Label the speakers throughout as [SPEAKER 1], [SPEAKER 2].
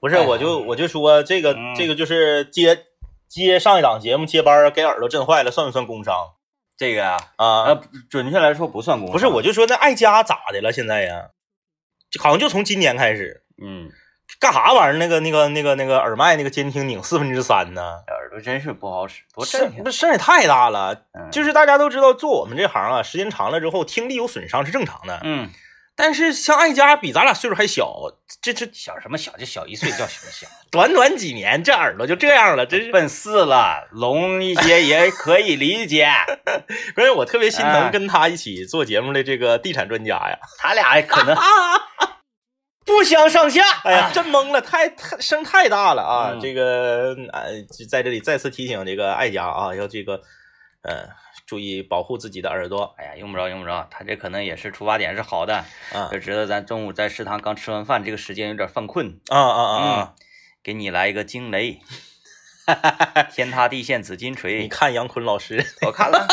[SPEAKER 1] 不是，
[SPEAKER 2] 哎
[SPEAKER 1] 我就我就说这个
[SPEAKER 2] 嗯
[SPEAKER 1] 这个就是接接上一档节目接班儿给耳朵震坏了，算不算工伤
[SPEAKER 2] 这个啊，
[SPEAKER 1] 啊？
[SPEAKER 2] 呃，准确来说不算啊工伤，
[SPEAKER 1] 不是，我就说那爱家咋的了？现在呀，就好像就从今年开始，
[SPEAKER 2] 嗯，
[SPEAKER 1] 干啥玩意儿？那个那个那个那个耳麦那个监听拧四分之三呢？
[SPEAKER 2] 耳朵真是不好使，多
[SPEAKER 1] 事
[SPEAKER 2] 震挺
[SPEAKER 1] 不事儿也太大了，
[SPEAKER 2] 嗯
[SPEAKER 1] 就是大家都知道做我们这行啊，时间长了之后听力有损伤是正常的，
[SPEAKER 2] 嗯，
[SPEAKER 1] 但是像爱家比咱俩岁数还小，这这
[SPEAKER 2] 小什么小，就小一岁叫什么 小，
[SPEAKER 1] 短短几年这耳朵就这样了，真是。
[SPEAKER 2] 奔四了，聋一些也可以 理解。
[SPEAKER 1] 关键我特别心疼
[SPEAKER 2] 哎
[SPEAKER 1] 跟他一起做节目的这个地产专家 呀，
[SPEAKER 2] 他俩可能不相上下。
[SPEAKER 1] 哎呀，，真懵了，太太声太大了啊！
[SPEAKER 2] 嗯
[SPEAKER 1] 这个呃，就在这里再次提醒这个爱家啊，要这个呃注意保护自己的耳朵
[SPEAKER 2] 哎呀，用不着用不着，他这可能也是出发点是好的，
[SPEAKER 1] 啊
[SPEAKER 2] 就知道咱中午在食堂刚吃完饭，这个时间有点犯困
[SPEAKER 1] 啊啊啊啊！
[SPEAKER 2] 嗯给你来一个 惊雷，天塌地陷紫金
[SPEAKER 1] 你
[SPEAKER 2] 锤，
[SPEAKER 1] 看杨坤老师，
[SPEAKER 2] 我看了，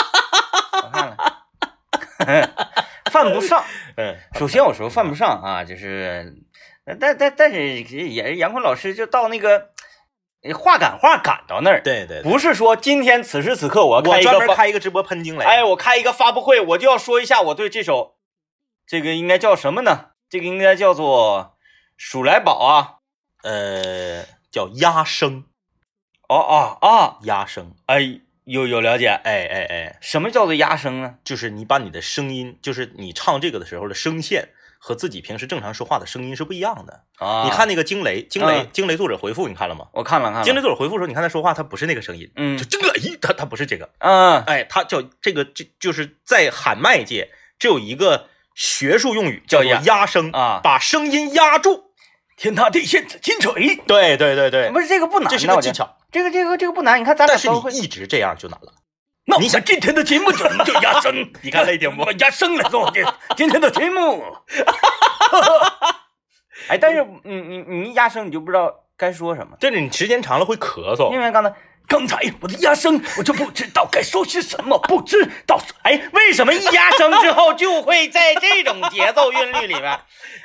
[SPEAKER 2] 我看了， 犯不上。
[SPEAKER 1] 嗯
[SPEAKER 2] 首先，我说犯不上啊，就是，但但但是也是杨坤老师就到那个呃话赶话赶到那儿，
[SPEAKER 1] 对对，对
[SPEAKER 2] 不是说今天此时此刻我
[SPEAKER 1] 我
[SPEAKER 2] 开一
[SPEAKER 1] 专
[SPEAKER 2] 个
[SPEAKER 1] 门
[SPEAKER 2] 发，
[SPEAKER 1] 开一个直播喷惊雷，
[SPEAKER 2] 哎，我开一个发布会，我就要说一下我对这首，这个应该叫什么呢？这个应该叫做《鼠来宝》啊，
[SPEAKER 1] 呃，叫压声
[SPEAKER 2] 哦哦哦，
[SPEAKER 1] 压声，
[SPEAKER 2] 哎，有有了解，
[SPEAKER 1] 哎哎哎，
[SPEAKER 2] 什么叫做压声呢？
[SPEAKER 1] 就是你把你的声音，就是你唱这个的时候的声线和自己平时正常说话的声音是不一样的。
[SPEAKER 2] 啊，
[SPEAKER 1] 你看，那个惊雷，惊雷，
[SPEAKER 2] 嗯
[SPEAKER 1] 惊雷作者回复你看了吗？
[SPEAKER 2] 我看了看
[SPEAKER 1] 惊雷
[SPEAKER 2] 了，
[SPEAKER 1] 作者回复说，你看他说话，他不是那个声音，
[SPEAKER 2] 嗯
[SPEAKER 1] 就惊雷，他他不是这个，
[SPEAKER 2] 嗯
[SPEAKER 1] 哎，他叫这个，这就是在喊麦界只有一个学术用语
[SPEAKER 2] 叫
[SPEAKER 1] 做
[SPEAKER 2] 压
[SPEAKER 1] 压声
[SPEAKER 2] 啊
[SPEAKER 1] 把声音压住。
[SPEAKER 2] 天塌地陷紫金锤，
[SPEAKER 1] 对对对对，
[SPEAKER 2] 不是这个不难，
[SPEAKER 1] 这是个技，巧，
[SPEAKER 2] 这个这个这个不难，你看咱俩
[SPEAKER 1] 但是
[SPEAKER 2] 都会
[SPEAKER 1] 你。一直这样就难了。
[SPEAKER 2] 那
[SPEAKER 1] 你
[SPEAKER 2] 你想今天的节目怎么就压声？
[SPEAKER 1] 你看 雷霆 不
[SPEAKER 2] 我压声了，做今今天的节目。 哎，但是你你你一压声，你就不知道该说什么，
[SPEAKER 1] 这是你时间长了会咳
[SPEAKER 2] 因
[SPEAKER 1] 嗽，
[SPEAKER 2] 为刚才刚才我的压声，我就不知道该说些什么，不知道哎，为什么一压声之后就会在这种节奏韵律里 面？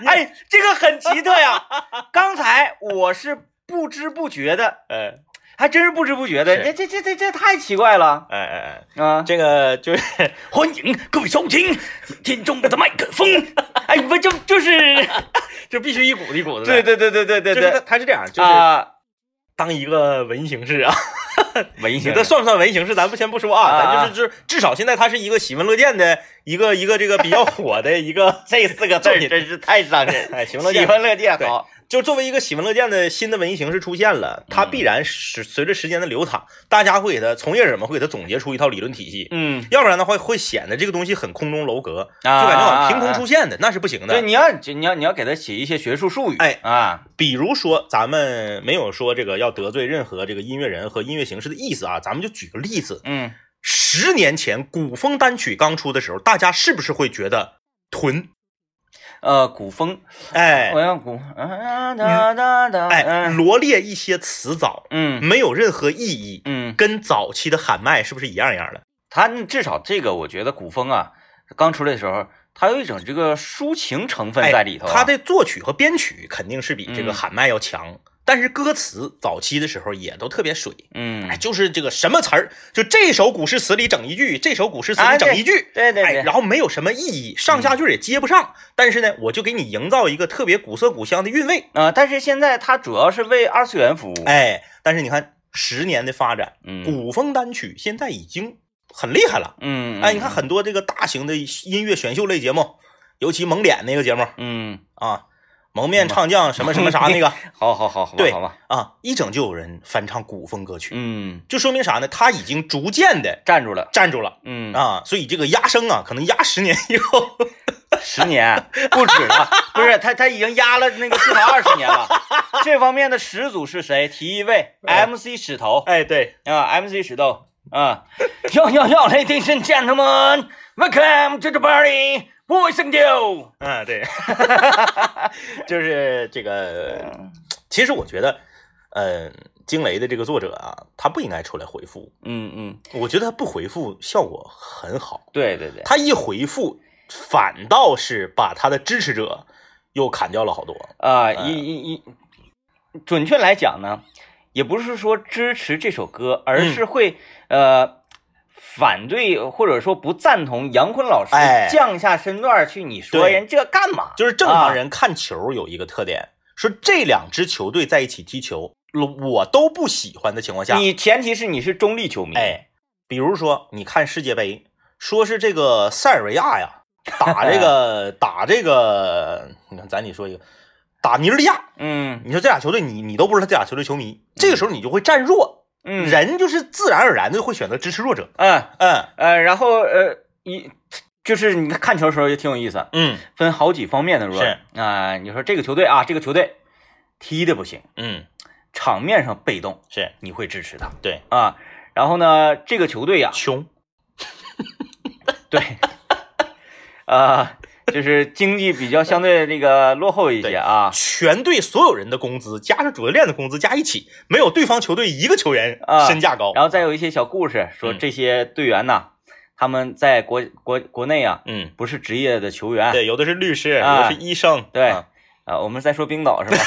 [SPEAKER 2] 哎，这个很奇特呀。刚才我是不知不觉的，
[SPEAKER 1] 哎
[SPEAKER 2] 还真是不知不觉的，
[SPEAKER 1] 是
[SPEAKER 2] 这这这这这太奇怪了
[SPEAKER 1] 哎哎
[SPEAKER 2] 啊
[SPEAKER 1] 哎，！这个就是
[SPEAKER 2] 欢迎各位收听天中的麦克风。哎，不就就是，
[SPEAKER 1] 就必须一股一股的，
[SPEAKER 2] 对对对对对对
[SPEAKER 1] 就是他
[SPEAKER 2] 对，
[SPEAKER 1] 他是这样，就是
[SPEAKER 2] 啊，
[SPEAKER 1] 当一个文形式啊，
[SPEAKER 2] 文
[SPEAKER 1] 你这算不算文形式？咱不先不说啊，
[SPEAKER 2] 啊
[SPEAKER 1] 咱就是至至少现在他是一个喜闻乐见的一个一个这个比较火的一个，。
[SPEAKER 2] 这四个字儿真是太伤人
[SPEAKER 1] 哎，喜
[SPEAKER 2] 喜
[SPEAKER 1] 闻乐见。
[SPEAKER 2] 欢乐见好，
[SPEAKER 1] 就作为一个喜闻乐见的新的文艺形式出现了，它必然是随着时间的流淌，大家会给它从业者们会给它总结出一套理论体系，
[SPEAKER 2] 嗯，
[SPEAKER 1] 要不然的话会显得这个东西很空中楼阁，就
[SPEAKER 2] 啊
[SPEAKER 1] 感觉好像凭空出现的，那是不行的
[SPEAKER 2] 对，。你要就你要你要给他写一些学术术语，
[SPEAKER 1] 哎
[SPEAKER 2] 啊，
[SPEAKER 1] 比如说，咱们没有说这个要得罪任何这个音乐人和音乐形式的意思啊，咱们就举个例子，
[SPEAKER 2] 嗯，
[SPEAKER 1] 十年前古风单曲刚出的时候，大家是不是会觉得屯？
[SPEAKER 2] 呃，古风，
[SPEAKER 1] 哎
[SPEAKER 2] 我要古，啊哒哒哒，
[SPEAKER 1] 哎，
[SPEAKER 2] 哦嗯
[SPEAKER 1] 罗列一些词藻，
[SPEAKER 2] 嗯
[SPEAKER 1] 没有任何意义，
[SPEAKER 2] 嗯，
[SPEAKER 1] 跟早期的喊麦是不是一样一样的？
[SPEAKER 2] 他至少这个我觉得古风啊，刚出来的时候，它有一种这个抒情成分
[SPEAKER 1] 哎
[SPEAKER 2] 在里头啊，
[SPEAKER 1] 它的作曲和编曲肯定是比这个
[SPEAKER 2] 嗯
[SPEAKER 1] 喊麦要强，但是歌词早期的时候也都特别水。
[SPEAKER 2] 嗯
[SPEAKER 1] 哎，，就是这个什么词儿，就这首古诗词里整一句，这首古诗词里
[SPEAKER 2] 啊
[SPEAKER 1] 整一句，
[SPEAKER 2] 对对
[SPEAKER 1] 哎，
[SPEAKER 2] 对，嗯
[SPEAKER 1] 然后没有什么意义，上下句儿也接不上。但是呢，我就给你营造一个特别古色古香的韵味。
[SPEAKER 2] 啊、但是现在它主要是为二次元服务。
[SPEAKER 1] 哎，但是你看十年的发展，
[SPEAKER 2] 嗯
[SPEAKER 1] 古风单曲现在已经很厉害了。
[SPEAKER 2] 嗯，
[SPEAKER 1] 哎，你看，很多这个大型的音乐选秀类节目，尤其蒙脸那个节目
[SPEAKER 2] 嗯，
[SPEAKER 1] 啊，蒙面唱将什么什么啥那个
[SPEAKER 2] 好好好，好吧
[SPEAKER 1] 对
[SPEAKER 2] 好吧，
[SPEAKER 1] 啊，一整就有人翻唱古风歌曲，
[SPEAKER 2] 嗯，
[SPEAKER 1] 就说明啥呢？他已经逐渐的
[SPEAKER 2] 站住了，
[SPEAKER 1] 站住了。
[SPEAKER 2] 嗯，
[SPEAKER 1] 啊，所以这个压声啊，可能压十年以后，
[SPEAKER 2] 十年不止了，不是他他已经压了那个至少二十年了。这方面的始祖是谁？提一位
[SPEAKER 1] 哎
[SPEAKER 2] ，MC 石头
[SPEAKER 1] 哎，对，
[SPEAKER 2] 啊，MC 石头啊，要要要，Ladies and gentlemen，welcome to the party，boys and girls。
[SPEAKER 1] 嗯，对，就是这个，其实我觉得，呃，惊雷的这个作者啊，他不应该出来回复，
[SPEAKER 2] 嗯嗯，
[SPEAKER 1] 我觉得他不回复效果很好，
[SPEAKER 2] 对对对，
[SPEAKER 1] 他一回复，反倒是把他的支持者又砍掉了好多，
[SPEAKER 2] 啊，一一一，准确来讲呢，也不是说支持这首歌，而
[SPEAKER 1] 嗯
[SPEAKER 2] 是会、呃反对或者说不赞同杨坤老师
[SPEAKER 1] 哎
[SPEAKER 2] 降下身段去，你说
[SPEAKER 1] 对
[SPEAKER 2] 人这干嘛？
[SPEAKER 1] 就是正常人看球有一个特点，说这两支球队在一起踢球，我都不喜欢的情况下，
[SPEAKER 2] 你前提是你是中立球迷，
[SPEAKER 1] 哎，比如说你看世界杯，说是这个塞尔维亚呀，打这个 打这个，你看咱你说一个打尼日利亚，
[SPEAKER 2] 嗯
[SPEAKER 1] 你说这俩球队你你都不是他这俩球队球迷，这个时候你就会站弱，
[SPEAKER 2] 嗯，
[SPEAKER 1] 人就是自然而然的会选择支持弱者，
[SPEAKER 2] 嗯
[SPEAKER 1] 嗯
[SPEAKER 2] 呃，然后呃一。就是你看球的时候也挺有意思，
[SPEAKER 1] 嗯
[SPEAKER 2] 分好几方面的说
[SPEAKER 1] 是
[SPEAKER 2] 啊、你说这个球队啊，这个球队踢的不行，
[SPEAKER 1] 嗯，
[SPEAKER 2] 场面上被动，
[SPEAKER 1] 是
[SPEAKER 2] 你会支持他
[SPEAKER 1] 对，
[SPEAKER 2] 啊。然后呢，这个球队 呀、
[SPEAKER 1] 穷，
[SPEAKER 2] 对，啊，就是经济比较相对这个落后一些啊
[SPEAKER 1] 全队所有人的工资加上主教练的工资加一起，没有对方球队一个球员
[SPEAKER 2] 啊
[SPEAKER 1] 身价高，
[SPEAKER 2] 然后再有一些小故事，说
[SPEAKER 1] 嗯
[SPEAKER 2] 这些队员呐、他们在国国国内啊，
[SPEAKER 1] 嗯，
[SPEAKER 2] 不是职业的球员，
[SPEAKER 1] 对，有的是律师，有
[SPEAKER 2] 啊
[SPEAKER 1] 的是医生，
[SPEAKER 2] 对
[SPEAKER 1] 啊
[SPEAKER 2] 啊，我们在说冰岛是吧？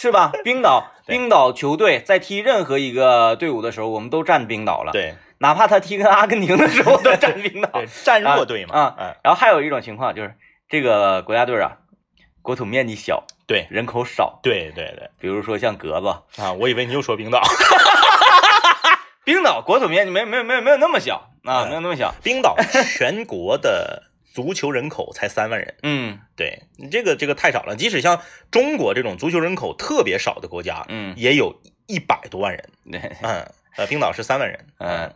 [SPEAKER 2] 是吧？冰岛，
[SPEAKER 1] 对
[SPEAKER 2] 冰岛球队在踢任何一个队伍的时候，我们都站冰岛了，，
[SPEAKER 1] 对
[SPEAKER 2] 哪怕他踢跟阿根廷的时候都站冰 岛
[SPEAKER 1] 对，，站弱队嘛，
[SPEAKER 2] 啊
[SPEAKER 1] 嗯，
[SPEAKER 2] 然后还有一种情况就是这个国家队啊，国土面积小，
[SPEAKER 1] 对
[SPEAKER 2] 人口少，
[SPEAKER 1] 对对对。
[SPEAKER 2] 比如说像格子，
[SPEAKER 1] 啊，我以为你又说冰 岛，
[SPEAKER 2] 冰岛国土面积没没没没有那么小啊，
[SPEAKER 1] 嗯
[SPEAKER 2] 没有那么小。
[SPEAKER 1] 冰岛全国的足球人口才三万人，
[SPEAKER 2] 嗯
[SPEAKER 1] 对你这个这个太少了。即使像中国这种足球人口特别少的国家，
[SPEAKER 2] 嗯，
[SPEAKER 1] 也有一百多万人。
[SPEAKER 2] 对，
[SPEAKER 1] 嗯，呃，冰岛是三万人，
[SPEAKER 2] 嗯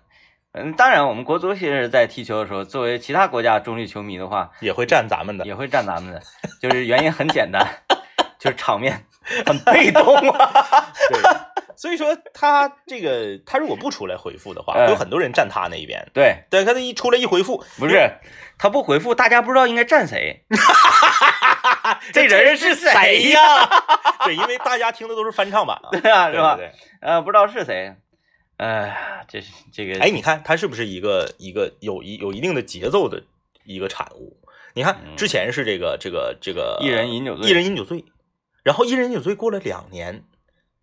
[SPEAKER 2] 嗯，当然，我们国足其实在踢球的时候，作为其他国家中立球迷的话，
[SPEAKER 1] 也会占咱们的。
[SPEAKER 2] 也会站咱们的，就是原因很简单， 就是场面很被动啊。
[SPEAKER 1] 所以说他这个他如果不出来回复的话，
[SPEAKER 2] 嗯
[SPEAKER 1] 有很多人站他那一边。
[SPEAKER 2] 对，
[SPEAKER 1] 对，他这一出来一回复，
[SPEAKER 2] 不是他不回复，大家不知道应该 站谁。这人是谁呀、
[SPEAKER 1] 对，因为大家听的都是翻唱版啊，
[SPEAKER 2] 对啊，
[SPEAKER 1] 对
[SPEAKER 2] 是吧？
[SPEAKER 1] 对对
[SPEAKER 2] 呃，不知道是谁。哎呀，这是这个，
[SPEAKER 1] 哎，，你看它是不是一个一个有一有一定的节奏的一个产物？你看之前是这个这个这个
[SPEAKER 2] 嗯一人饮酒醉
[SPEAKER 1] 一人饮酒醉，然后一人饮酒醉过了两年，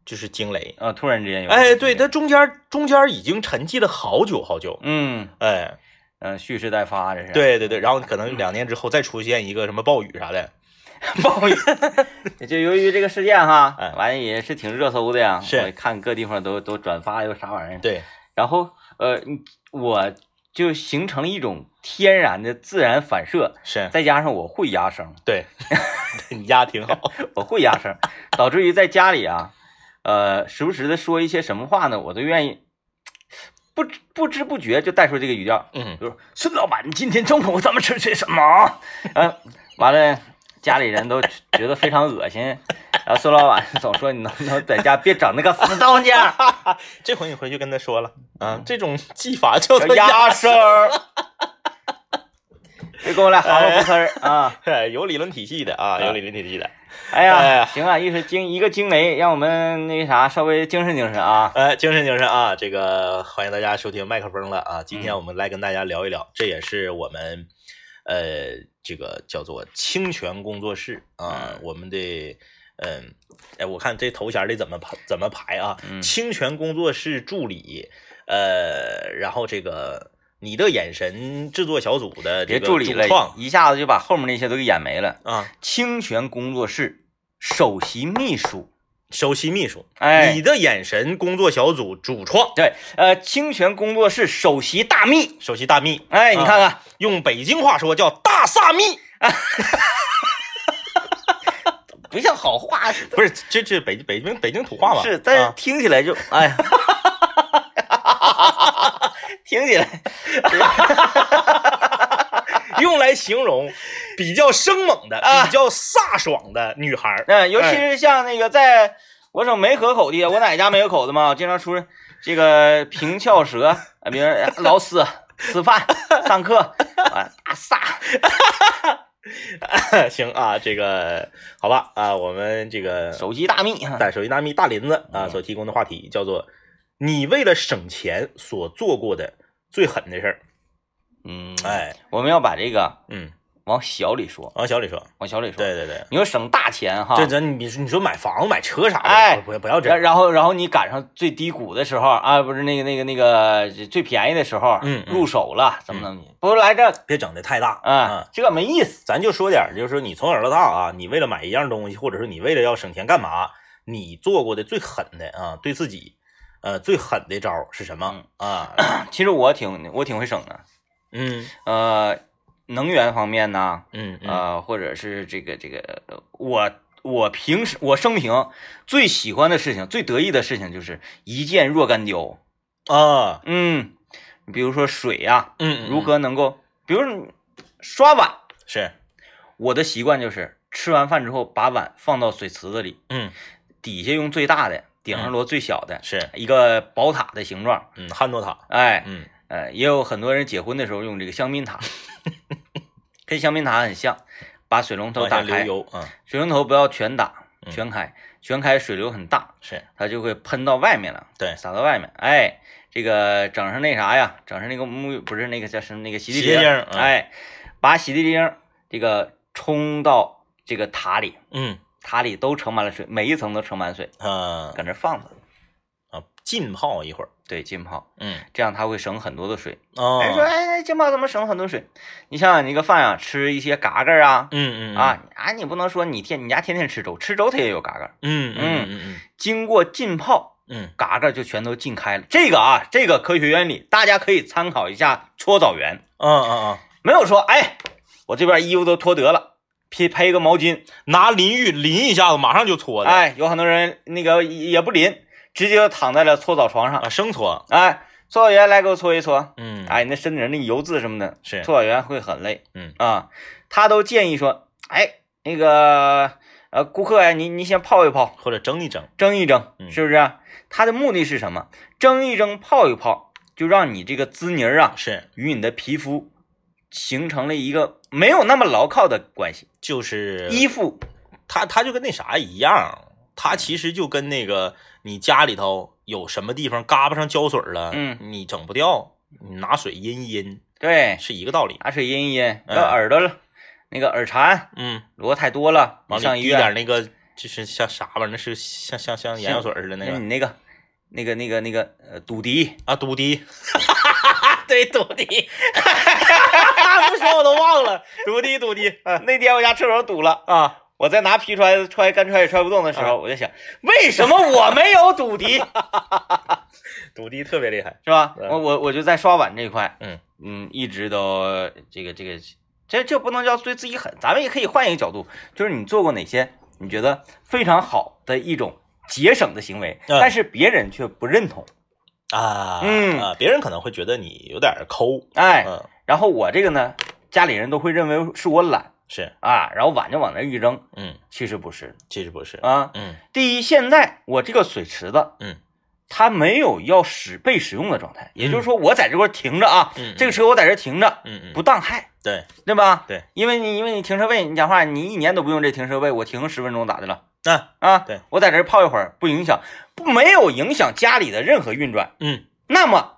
[SPEAKER 1] 就是惊雷。
[SPEAKER 2] 呃，突然之间有，
[SPEAKER 1] 哎，对，，它中间中间已经沉寂了好久好久。
[SPEAKER 2] 嗯
[SPEAKER 1] 哎，
[SPEAKER 2] 嗯、呃蓄势待发，这是。
[SPEAKER 1] 对对对，然后可能两年之后再出现一个什么暴雨啥的，
[SPEAKER 2] 暴 雨，就由于这个事件哈
[SPEAKER 1] 哎，
[SPEAKER 2] 完了也是挺热搜的呀。
[SPEAKER 1] 是
[SPEAKER 2] 我看各地方都都转发又啥玩意儿。
[SPEAKER 1] 对，
[SPEAKER 2] 然后呃，我就形成了一种天然的自然反射，
[SPEAKER 1] 是，
[SPEAKER 2] 再加上我会压声，
[SPEAKER 1] 对，你家挺好，
[SPEAKER 2] 我会压声，导致于在家里啊，呃，时不时的说一些什么话呢，我都愿意。不知不知不觉就带出这个语调，
[SPEAKER 1] 嗯，
[SPEAKER 2] 就是孙老板，今天中午咱们吃些什么啊？嗯，完了，家里人都觉得非常恶心，然后孙老板总说你能不能在家别整那个死东西儿，
[SPEAKER 1] 这回你回去跟他说了啊，这种技法叫做
[SPEAKER 2] 嗯 压
[SPEAKER 1] 压
[SPEAKER 2] 声儿，别跟我俩含糊呲儿啊！
[SPEAKER 1] 哎有理论体系的
[SPEAKER 2] 嗯
[SPEAKER 1] 啊，有理论体系的。
[SPEAKER 2] 哎
[SPEAKER 1] 哎
[SPEAKER 2] 呀，
[SPEAKER 1] 呀
[SPEAKER 2] 行啊，一是惊一个惊雷，让我们那啥稍微精神精神啊。
[SPEAKER 1] 呃，精神精神啊！这个欢迎大家收听麦克风了啊！今天我们来跟大家聊一聊，这也是我们呃这个叫做清泉工作室啊，
[SPEAKER 2] 嗯
[SPEAKER 1] 我们的嗯，哎，我看这头衔得怎么排怎么排啊？
[SPEAKER 2] 嗯
[SPEAKER 1] 清泉工作室助理，呃，然后这个你的眼神制作小组的这
[SPEAKER 2] 别
[SPEAKER 1] 个
[SPEAKER 2] 助理
[SPEAKER 1] 主
[SPEAKER 2] 了，
[SPEAKER 1] 创
[SPEAKER 2] 一下子就把后面那些都给演没了。
[SPEAKER 1] 啊，
[SPEAKER 2] 清泉工作室首席秘书，
[SPEAKER 1] 首席秘书，
[SPEAKER 2] 哎
[SPEAKER 1] 你的眼神工作小组主创，
[SPEAKER 2] 对，呃，清泉工作室首席大秘，
[SPEAKER 1] 首席大秘，
[SPEAKER 2] 哎，你看看，
[SPEAKER 1] 用北京话说叫大萨秘。
[SPEAKER 2] 不像好话，
[SPEAKER 1] 不是，这这北北京北京土话嘛？
[SPEAKER 2] 是，但是
[SPEAKER 1] 啊
[SPEAKER 2] 听起来就、哎 呀，听起来
[SPEAKER 1] 用来形容比较生猛的、
[SPEAKER 2] 啊
[SPEAKER 1] 比较飒爽的女孩 儿。
[SPEAKER 2] 嗯，尤其
[SPEAKER 1] 哎
[SPEAKER 2] 是像那个在我省梅河口地，我奶奶家没有口子嘛，经常出这个平翘舌，啊，别人老死吃饭、上课啊，大撒，
[SPEAKER 1] 行啊，这个好吧啊，我们这个
[SPEAKER 2] 手机嗯大秘啊，
[SPEAKER 1] 在手机大咪大林子啊所提供的话题叫做“你为了省钱所做过的最狠的事儿
[SPEAKER 2] 嗯”。，
[SPEAKER 1] 哎，
[SPEAKER 2] 我们要把这个
[SPEAKER 1] 嗯，
[SPEAKER 2] 往小里说，
[SPEAKER 1] 往小里说，
[SPEAKER 2] 往小里说，
[SPEAKER 1] 对对对，
[SPEAKER 2] 你要省大钱哈。
[SPEAKER 1] 这咱你说你说买房买车啥的，
[SPEAKER 2] 啊哎
[SPEAKER 1] 不要不要这
[SPEAKER 2] 然
[SPEAKER 1] 样，
[SPEAKER 2] 然后，然后你赶上最低谷的时候啊，不是那个那个那个最便宜的时候，
[SPEAKER 1] 嗯嗯嗯
[SPEAKER 2] 入手了，怎么怎么地，不是来这，
[SPEAKER 1] 别整的太大
[SPEAKER 2] 啊，这没意思，
[SPEAKER 1] 咱就说点儿，就是说你从小到大啊，你为了买一样东西，或者是你为了要省钱干嘛，你做过的最狠的啊，对自己，呃，最狠的招儿是什么
[SPEAKER 2] 嗯
[SPEAKER 1] 啊？
[SPEAKER 2] 其实我挺我挺会省的，
[SPEAKER 1] 嗯
[SPEAKER 2] 呃，能源方面呢，
[SPEAKER 1] 嗯嗯
[SPEAKER 2] 呃，或者是这个这个，呃我我平时我生平最喜欢的事情，最得意的事情就是一箭若干雕，
[SPEAKER 1] 啊
[SPEAKER 2] 嗯，比如说水呀、
[SPEAKER 1] 嗯，
[SPEAKER 2] 如何能够，比如你刷碗，
[SPEAKER 1] 是
[SPEAKER 2] 我的习惯就是吃完饭之后把碗放到水池子里，
[SPEAKER 1] 嗯
[SPEAKER 2] 底下用最大的，顶上摞最小的，
[SPEAKER 1] 是
[SPEAKER 2] 一个宝塔的形状。
[SPEAKER 1] 嗯汉诺塔
[SPEAKER 2] 哎，
[SPEAKER 1] 嗯
[SPEAKER 2] 呃，也有很多人结婚的时候用这个香 槟塔，跟香槟塔很像，把水龙头
[SPEAKER 1] 往下
[SPEAKER 2] 打
[SPEAKER 1] 流
[SPEAKER 2] 开，
[SPEAKER 1] 油啊
[SPEAKER 2] 水龙头不要全打，
[SPEAKER 1] 嗯
[SPEAKER 2] 全开，全开水流很大，
[SPEAKER 1] 是
[SPEAKER 2] 它就会喷到外面了，
[SPEAKER 1] 对
[SPEAKER 2] 洒到外面。哎，这个整上那啥呀，整上那个沐浴不是那个叫什么那个洗
[SPEAKER 1] 洗
[SPEAKER 2] 涤
[SPEAKER 1] 涤
[SPEAKER 2] 灵，
[SPEAKER 1] 灵嗯
[SPEAKER 2] 哎，把洗涤灵这个冲到这个塔里，
[SPEAKER 1] 嗯
[SPEAKER 2] 塔里都盛满了水，每一层都盛满水，
[SPEAKER 1] 啊
[SPEAKER 2] 搁那儿放着，
[SPEAKER 1] 啊浸泡一会儿
[SPEAKER 2] 对，浸泡，
[SPEAKER 1] 嗯
[SPEAKER 2] 这样它会省很多的水。
[SPEAKER 1] 哦
[SPEAKER 2] 哎，说哎，哎浸泡怎么省很多水？你想想，你个饭啊，吃一些嘎嘎啊，
[SPEAKER 1] 嗯嗯
[SPEAKER 2] 啊啊，你不能说你天你家天天吃粥，吃粥它也有嘎嘎，
[SPEAKER 1] 嗯嗯嗯
[SPEAKER 2] 经过浸泡。
[SPEAKER 1] 嗯
[SPEAKER 2] 嘎嘎就全都浸开了。这个啊，这个科学原理大家可以参考一下搓澡员，
[SPEAKER 1] 嗯啊啊
[SPEAKER 2] 没有说哎，我这边衣服都脱得了。披配一个毛巾，
[SPEAKER 1] 拿淋浴淋一下子，马上就搓的
[SPEAKER 2] 哎，有很多人那个也不淋，直接就躺在了搓澡床上
[SPEAKER 1] 啊，，生搓
[SPEAKER 2] 哎，搓澡员来给我搓一搓，
[SPEAKER 1] 嗯
[SPEAKER 2] 哎，那身体上那油渍什么的，
[SPEAKER 1] 是
[SPEAKER 2] 搓澡员会很累，
[SPEAKER 1] 嗯
[SPEAKER 2] 啊，他都建议说，哎，那个呃顾客呀、你你先泡一泡，
[SPEAKER 1] 或者蒸一蒸
[SPEAKER 2] 蒸一蒸，
[SPEAKER 1] 嗯
[SPEAKER 2] 是不是啊、它的目的是什么？蒸一蒸，泡一泡，就让你这个滋泥儿啊，
[SPEAKER 1] 是。
[SPEAKER 2] 与你的皮肤形成了一个没有那么牢靠的关系。
[SPEAKER 1] 就是
[SPEAKER 2] 衣服，
[SPEAKER 1] 它它就跟那啥一样，它其实就跟那个你家里头有什么地方嘎巴上胶水了，
[SPEAKER 2] 嗯
[SPEAKER 1] 你整不掉，你拿水阴一阴
[SPEAKER 2] 对，
[SPEAKER 1] 是一个道理。
[SPEAKER 2] 拿水阴一阴，
[SPEAKER 1] 嗯
[SPEAKER 2] 要耳朵了，那个耳馋，
[SPEAKER 1] 嗯，
[SPEAKER 2] 罗太多了，你
[SPEAKER 1] 往
[SPEAKER 2] 上
[SPEAKER 1] 里
[SPEAKER 2] 医
[SPEAKER 1] 滴点
[SPEAKER 2] 院，
[SPEAKER 1] 那个，就是像啥玩意儿？那是像像像眼药水似的那
[SPEAKER 2] 那
[SPEAKER 1] 个
[SPEAKER 2] 哎你那个。那个、那个、那个，呃，赌 迪，
[SPEAKER 1] 啊，嘟 滴。对，嘟滴，啊不说我都忘了，嘟滴嘟滴啊
[SPEAKER 2] 那天我家厕所堵了，
[SPEAKER 1] 啊，
[SPEAKER 2] 我在拿皮揣揣干揣也揣不动的时候，我就想，为什么我没有赌迪？
[SPEAKER 1] 嘟滴特别厉害。
[SPEAKER 2] 是吧？
[SPEAKER 1] 对
[SPEAKER 2] 我我我就在刷碗这一块，
[SPEAKER 1] 嗯
[SPEAKER 2] 嗯，一直都这个这个，这这不能叫对自己狠，咱们也可以换一个角度，就是你做过哪些你觉得非常好的一种节省的行为，
[SPEAKER 1] 嗯
[SPEAKER 2] 但是别人却不认同，
[SPEAKER 1] 啊，
[SPEAKER 2] 嗯
[SPEAKER 1] 啊，别人可能会觉得你有点抠，
[SPEAKER 2] 哎，
[SPEAKER 1] 嗯，
[SPEAKER 2] 然后我这个呢，家里人都会认为是我懒
[SPEAKER 1] 是，
[SPEAKER 2] 啊，然后碗就往那一扔，
[SPEAKER 1] 嗯，
[SPEAKER 2] 其实不是
[SPEAKER 1] 其实不是，
[SPEAKER 2] 啊。
[SPEAKER 1] 嗯
[SPEAKER 2] 第一，现在我这个水池子，
[SPEAKER 1] 嗯。
[SPEAKER 2] 它没有要使被使用的状态，也就是说，我在这块儿停着啊，
[SPEAKER 1] 嗯嗯嗯
[SPEAKER 2] 这个车我在这儿停着，
[SPEAKER 1] 嗯嗯，
[SPEAKER 2] 不当害，
[SPEAKER 1] 对，
[SPEAKER 2] 对吧？
[SPEAKER 1] 对，
[SPEAKER 2] 因为你因为你停车位，你讲话你一年都不用这停车位，我停十分钟咋的了
[SPEAKER 1] 那、
[SPEAKER 2] 啊？
[SPEAKER 1] 对，
[SPEAKER 2] 我在这儿泡一会儿不影响，不没有影响家里的任何运转。
[SPEAKER 1] 嗯，
[SPEAKER 2] 那么，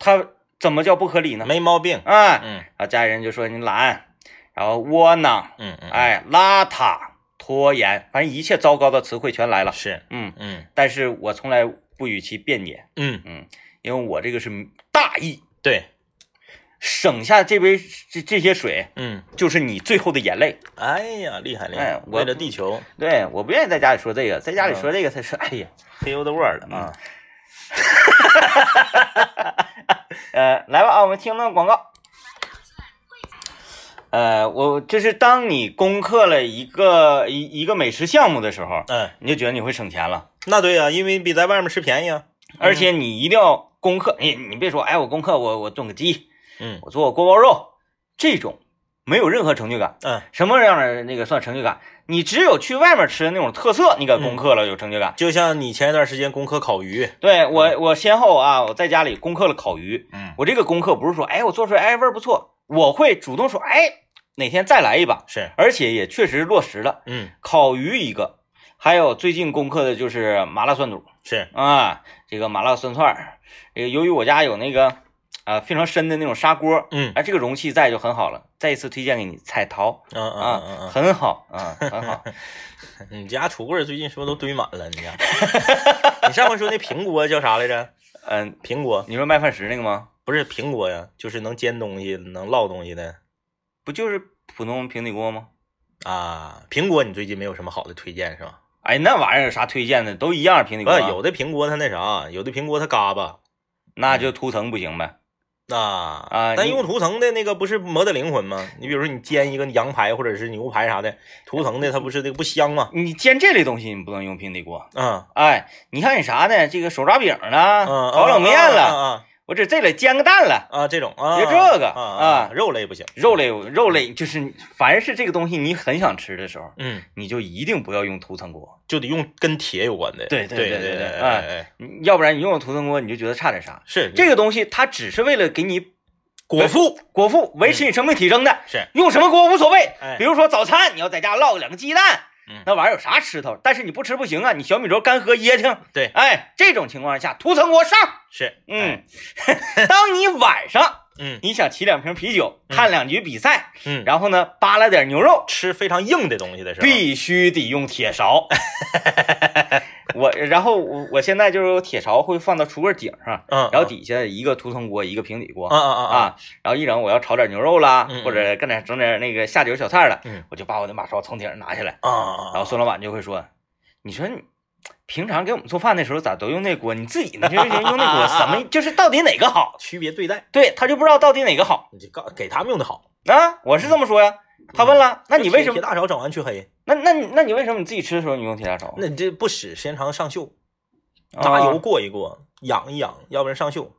[SPEAKER 2] 它怎么叫不合理呢？
[SPEAKER 1] 没毛病。
[SPEAKER 2] 啊，然
[SPEAKER 1] 嗯
[SPEAKER 2] 后家里人就说你懒，然后窝囊，
[SPEAKER 1] 嗯嗯，
[SPEAKER 2] 哎，邋遢、拖延，反正一切糟糕的词汇全来了。
[SPEAKER 1] 是，
[SPEAKER 2] 嗯，
[SPEAKER 1] 嗯
[SPEAKER 2] 但是我从来不与其辩解，
[SPEAKER 1] 嗯，
[SPEAKER 2] 因为我这个是大义。
[SPEAKER 1] 对，
[SPEAKER 2] 省下这杯这这些水，
[SPEAKER 1] 嗯，
[SPEAKER 2] 就是你最后的眼泪。
[SPEAKER 1] 哎呀，厉害厉
[SPEAKER 2] 哎
[SPEAKER 1] 害！
[SPEAKER 2] 我
[SPEAKER 1] 为了地球
[SPEAKER 2] 对，我不愿意在家里说这个，在家里说这个，他说，哎呀，
[SPEAKER 1] ，Heal the world 啊！
[SPEAKER 2] 呃，来吧啊，我们听段广告。呃，我就是当你攻克了一个一一个美食项目的时候，
[SPEAKER 1] 嗯，
[SPEAKER 2] 你就觉得你会省钱了，
[SPEAKER 1] 那对呀，因为比在外面吃便宜啊。
[SPEAKER 2] 而且你一定要攻克。你你别说，哎，我攻克我我炖个鸡，
[SPEAKER 1] 嗯
[SPEAKER 2] 我做个锅包肉，这种没有任何成就感。
[SPEAKER 1] 嗯，
[SPEAKER 2] 什么样的那个算成就感？你只有去外面吃的那种特色，你给攻克了有成就感。
[SPEAKER 1] 就像你前一段时间攻克烤鱼，
[SPEAKER 2] 对我，我先后啊，我在家里攻克了烤鱼，
[SPEAKER 1] 嗯，
[SPEAKER 2] 我这个功课不是说，哎，我做出来，哎，味儿不错，我会主动说，哎，哪天再来一把，
[SPEAKER 1] 是，
[SPEAKER 2] 而且也确实落实了。
[SPEAKER 1] 嗯
[SPEAKER 2] 烤鱼一个，还有最近攻克的就是麻辣酸肚
[SPEAKER 1] 是，
[SPEAKER 2] 啊，这个麻辣酸串儿，这个由于我家有那个啊、非常深的那种砂锅，
[SPEAKER 1] 嗯
[SPEAKER 2] 哎，这个容器在就很好了。再一次推荐给你彩陶
[SPEAKER 1] 嗯
[SPEAKER 2] 啊，
[SPEAKER 1] 嗯嗯
[SPEAKER 2] 很好啊，很好。
[SPEAKER 1] 嗯，你家橱柜最近是不是都堆满了？你家，你上回说那平锅叫啥来着？
[SPEAKER 2] 嗯，
[SPEAKER 1] 平锅
[SPEAKER 2] 你说麦饭石那个吗？
[SPEAKER 1] 不是平锅呀，就是能煎东西、能烙东西的
[SPEAKER 2] 不就是普通平底锅吗？
[SPEAKER 1] 啊。平锅你最近没有什么好的推荐是吧？
[SPEAKER 2] 哎，那玩意儿有啥推荐的？都一样，平底
[SPEAKER 1] 不，
[SPEAKER 2] 锅啊、
[SPEAKER 1] 呃有的平锅它那啥，有的平锅它嘎巴。
[SPEAKER 2] 那就涂层不行呗。
[SPEAKER 1] 啊
[SPEAKER 2] 啊
[SPEAKER 1] 但
[SPEAKER 2] 你
[SPEAKER 1] 用图腾的那个不是磨的灵魂吗？你比如说你煎一个羊排或者是牛排啥的，图腾的它不是那个不香吗？
[SPEAKER 2] 你煎这类东西，你不能用平底锅。
[SPEAKER 1] 啊，
[SPEAKER 2] 哎，你看你啥呢？这个手抓饼了，
[SPEAKER 1] 嗯，
[SPEAKER 2] 烤冷面了，
[SPEAKER 1] 啊
[SPEAKER 2] 我这这类煎个蛋了，
[SPEAKER 1] 啊啊，这种啊，
[SPEAKER 2] 别这个
[SPEAKER 1] 啊
[SPEAKER 2] 啊
[SPEAKER 1] 肉类不行，
[SPEAKER 2] 肉，类肉类就是你，凡是这个东西你很想吃的时候，
[SPEAKER 1] 嗯，
[SPEAKER 2] 你就一定不要用涂层锅，
[SPEAKER 1] 就得用跟铁有关的，
[SPEAKER 2] 对
[SPEAKER 1] 对
[SPEAKER 2] 对对
[SPEAKER 1] 对
[SPEAKER 2] 对对
[SPEAKER 1] 哎哎，
[SPEAKER 2] 你要不然你用了涂层锅你就觉得差点啥。
[SPEAKER 1] 是
[SPEAKER 2] 这个东西它只是为了给你
[SPEAKER 1] 果腹
[SPEAKER 2] 果腹维持你生命体征的，
[SPEAKER 1] 是，
[SPEAKER 2] 用什么锅无所谓
[SPEAKER 1] 嗯哎。
[SPEAKER 2] 比如说早餐你要在家烙两个鸡蛋
[SPEAKER 1] 嗯，
[SPEAKER 2] 那玩意儿有啥吃头？但是你不吃不行啊，你小米粥干喝噎挺。
[SPEAKER 1] 对
[SPEAKER 2] 哎，这种情况下涂层锅上。
[SPEAKER 1] 是，哎，
[SPEAKER 2] 嗯， 当你晚上
[SPEAKER 1] 嗯
[SPEAKER 2] 你想起两瓶啤酒，
[SPEAKER 1] 嗯
[SPEAKER 2] 看两局比赛，
[SPEAKER 1] 嗯，啊
[SPEAKER 2] 然后呢扒拉点牛肉，
[SPEAKER 1] 吃非常硬的东西的时候，
[SPEAKER 2] 必须得用 铁勺。我然后我我现在就是有铁勺会放到橱柜顶上，
[SPEAKER 1] 嗯，
[SPEAKER 2] 然后底下一个涂层锅，一个平底锅
[SPEAKER 1] 啊啊啊啊，
[SPEAKER 2] 啊，然后一整我要炒点牛肉啦
[SPEAKER 1] 嗯嗯，
[SPEAKER 2] 或者干点整点那个下酒小菜了
[SPEAKER 1] 嗯，
[SPEAKER 2] 我就把我的马勺从顶上拿下来，
[SPEAKER 1] 啊
[SPEAKER 2] 然后
[SPEAKER 1] 啊
[SPEAKER 2] 孙老板就会说：“你说你平常给我们做饭的时候咋都用那锅？你自己你这人用 那锅怎么就是到底哪个好？
[SPEAKER 1] 区别对待，
[SPEAKER 2] 对他就不知道到底哪个好
[SPEAKER 1] 你就告给他们用的好。
[SPEAKER 2] 啊！我是这么说呀。”他问了：“那你为什
[SPEAKER 1] 铁
[SPEAKER 2] 么？
[SPEAKER 1] 大勺整完去黑？
[SPEAKER 2] 那那你那你为什么你自己吃的时候你用铁砂勺？
[SPEAKER 1] 那你这不使时间长上锈，大油
[SPEAKER 2] 啊？
[SPEAKER 1] 过一过，养一养，要不然上锈。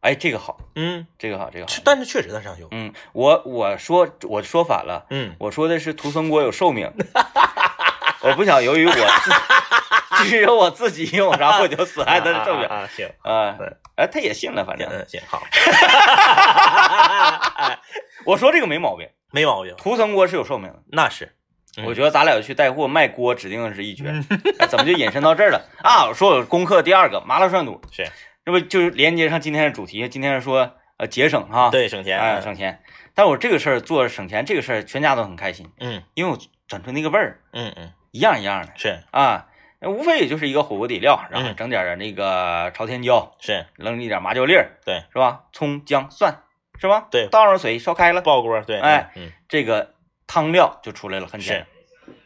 [SPEAKER 2] 哎，这个好，
[SPEAKER 1] 嗯，
[SPEAKER 2] 这个好，这个好
[SPEAKER 1] 是。但是确实它上锈。
[SPEAKER 2] 嗯，我我说我说反了，
[SPEAKER 1] 嗯，
[SPEAKER 2] 我说的是涂松锅有寿命。我不想由于我自，至于我自己用，然后我哎就损害他的寿 命。
[SPEAKER 1] 啊，行，
[SPEAKER 2] 啊
[SPEAKER 1] 对，
[SPEAKER 2] 哎，他也信了，反正
[SPEAKER 1] 嗯，行，好，
[SPEAKER 2] 我说这个没毛病，
[SPEAKER 1] 没毛病，
[SPEAKER 2] 涂层锅是有寿命的。
[SPEAKER 1] 那是，嗯
[SPEAKER 2] 我觉得咱俩去带货卖锅，指定是一 绝。哎怎么就引申到这儿了啊？我说我功课第二个麻辣涮肚，
[SPEAKER 1] 是
[SPEAKER 2] 这不就是连接上今天的主题？今天是说呃节省哈，，
[SPEAKER 1] 对，省钱，啊
[SPEAKER 2] 哎省钱。但我这个事儿做省钱这个事儿，全家都很开心，
[SPEAKER 1] 嗯
[SPEAKER 2] 因为我整出那个味儿
[SPEAKER 1] 嗯嗯，
[SPEAKER 2] 一样一样的
[SPEAKER 1] 是
[SPEAKER 2] 啊，无非也就是一个火锅底料，然后
[SPEAKER 1] 嗯
[SPEAKER 2] 整点儿那个朝天椒，
[SPEAKER 1] 是，
[SPEAKER 2] 扔一点麻椒粒儿，
[SPEAKER 1] 对，
[SPEAKER 2] 是吧？葱姜蒜，是吧？
[SPEAKER 1] 对
[SPEAKER 2] 倒上水烧开了，
[SPEAKER 1] 爆锅，对，
[SPEAKER 2] 哎
[SPEAKER 1] 嗯，
[SPEAKER 2] 这个汤料就出来了，很简单。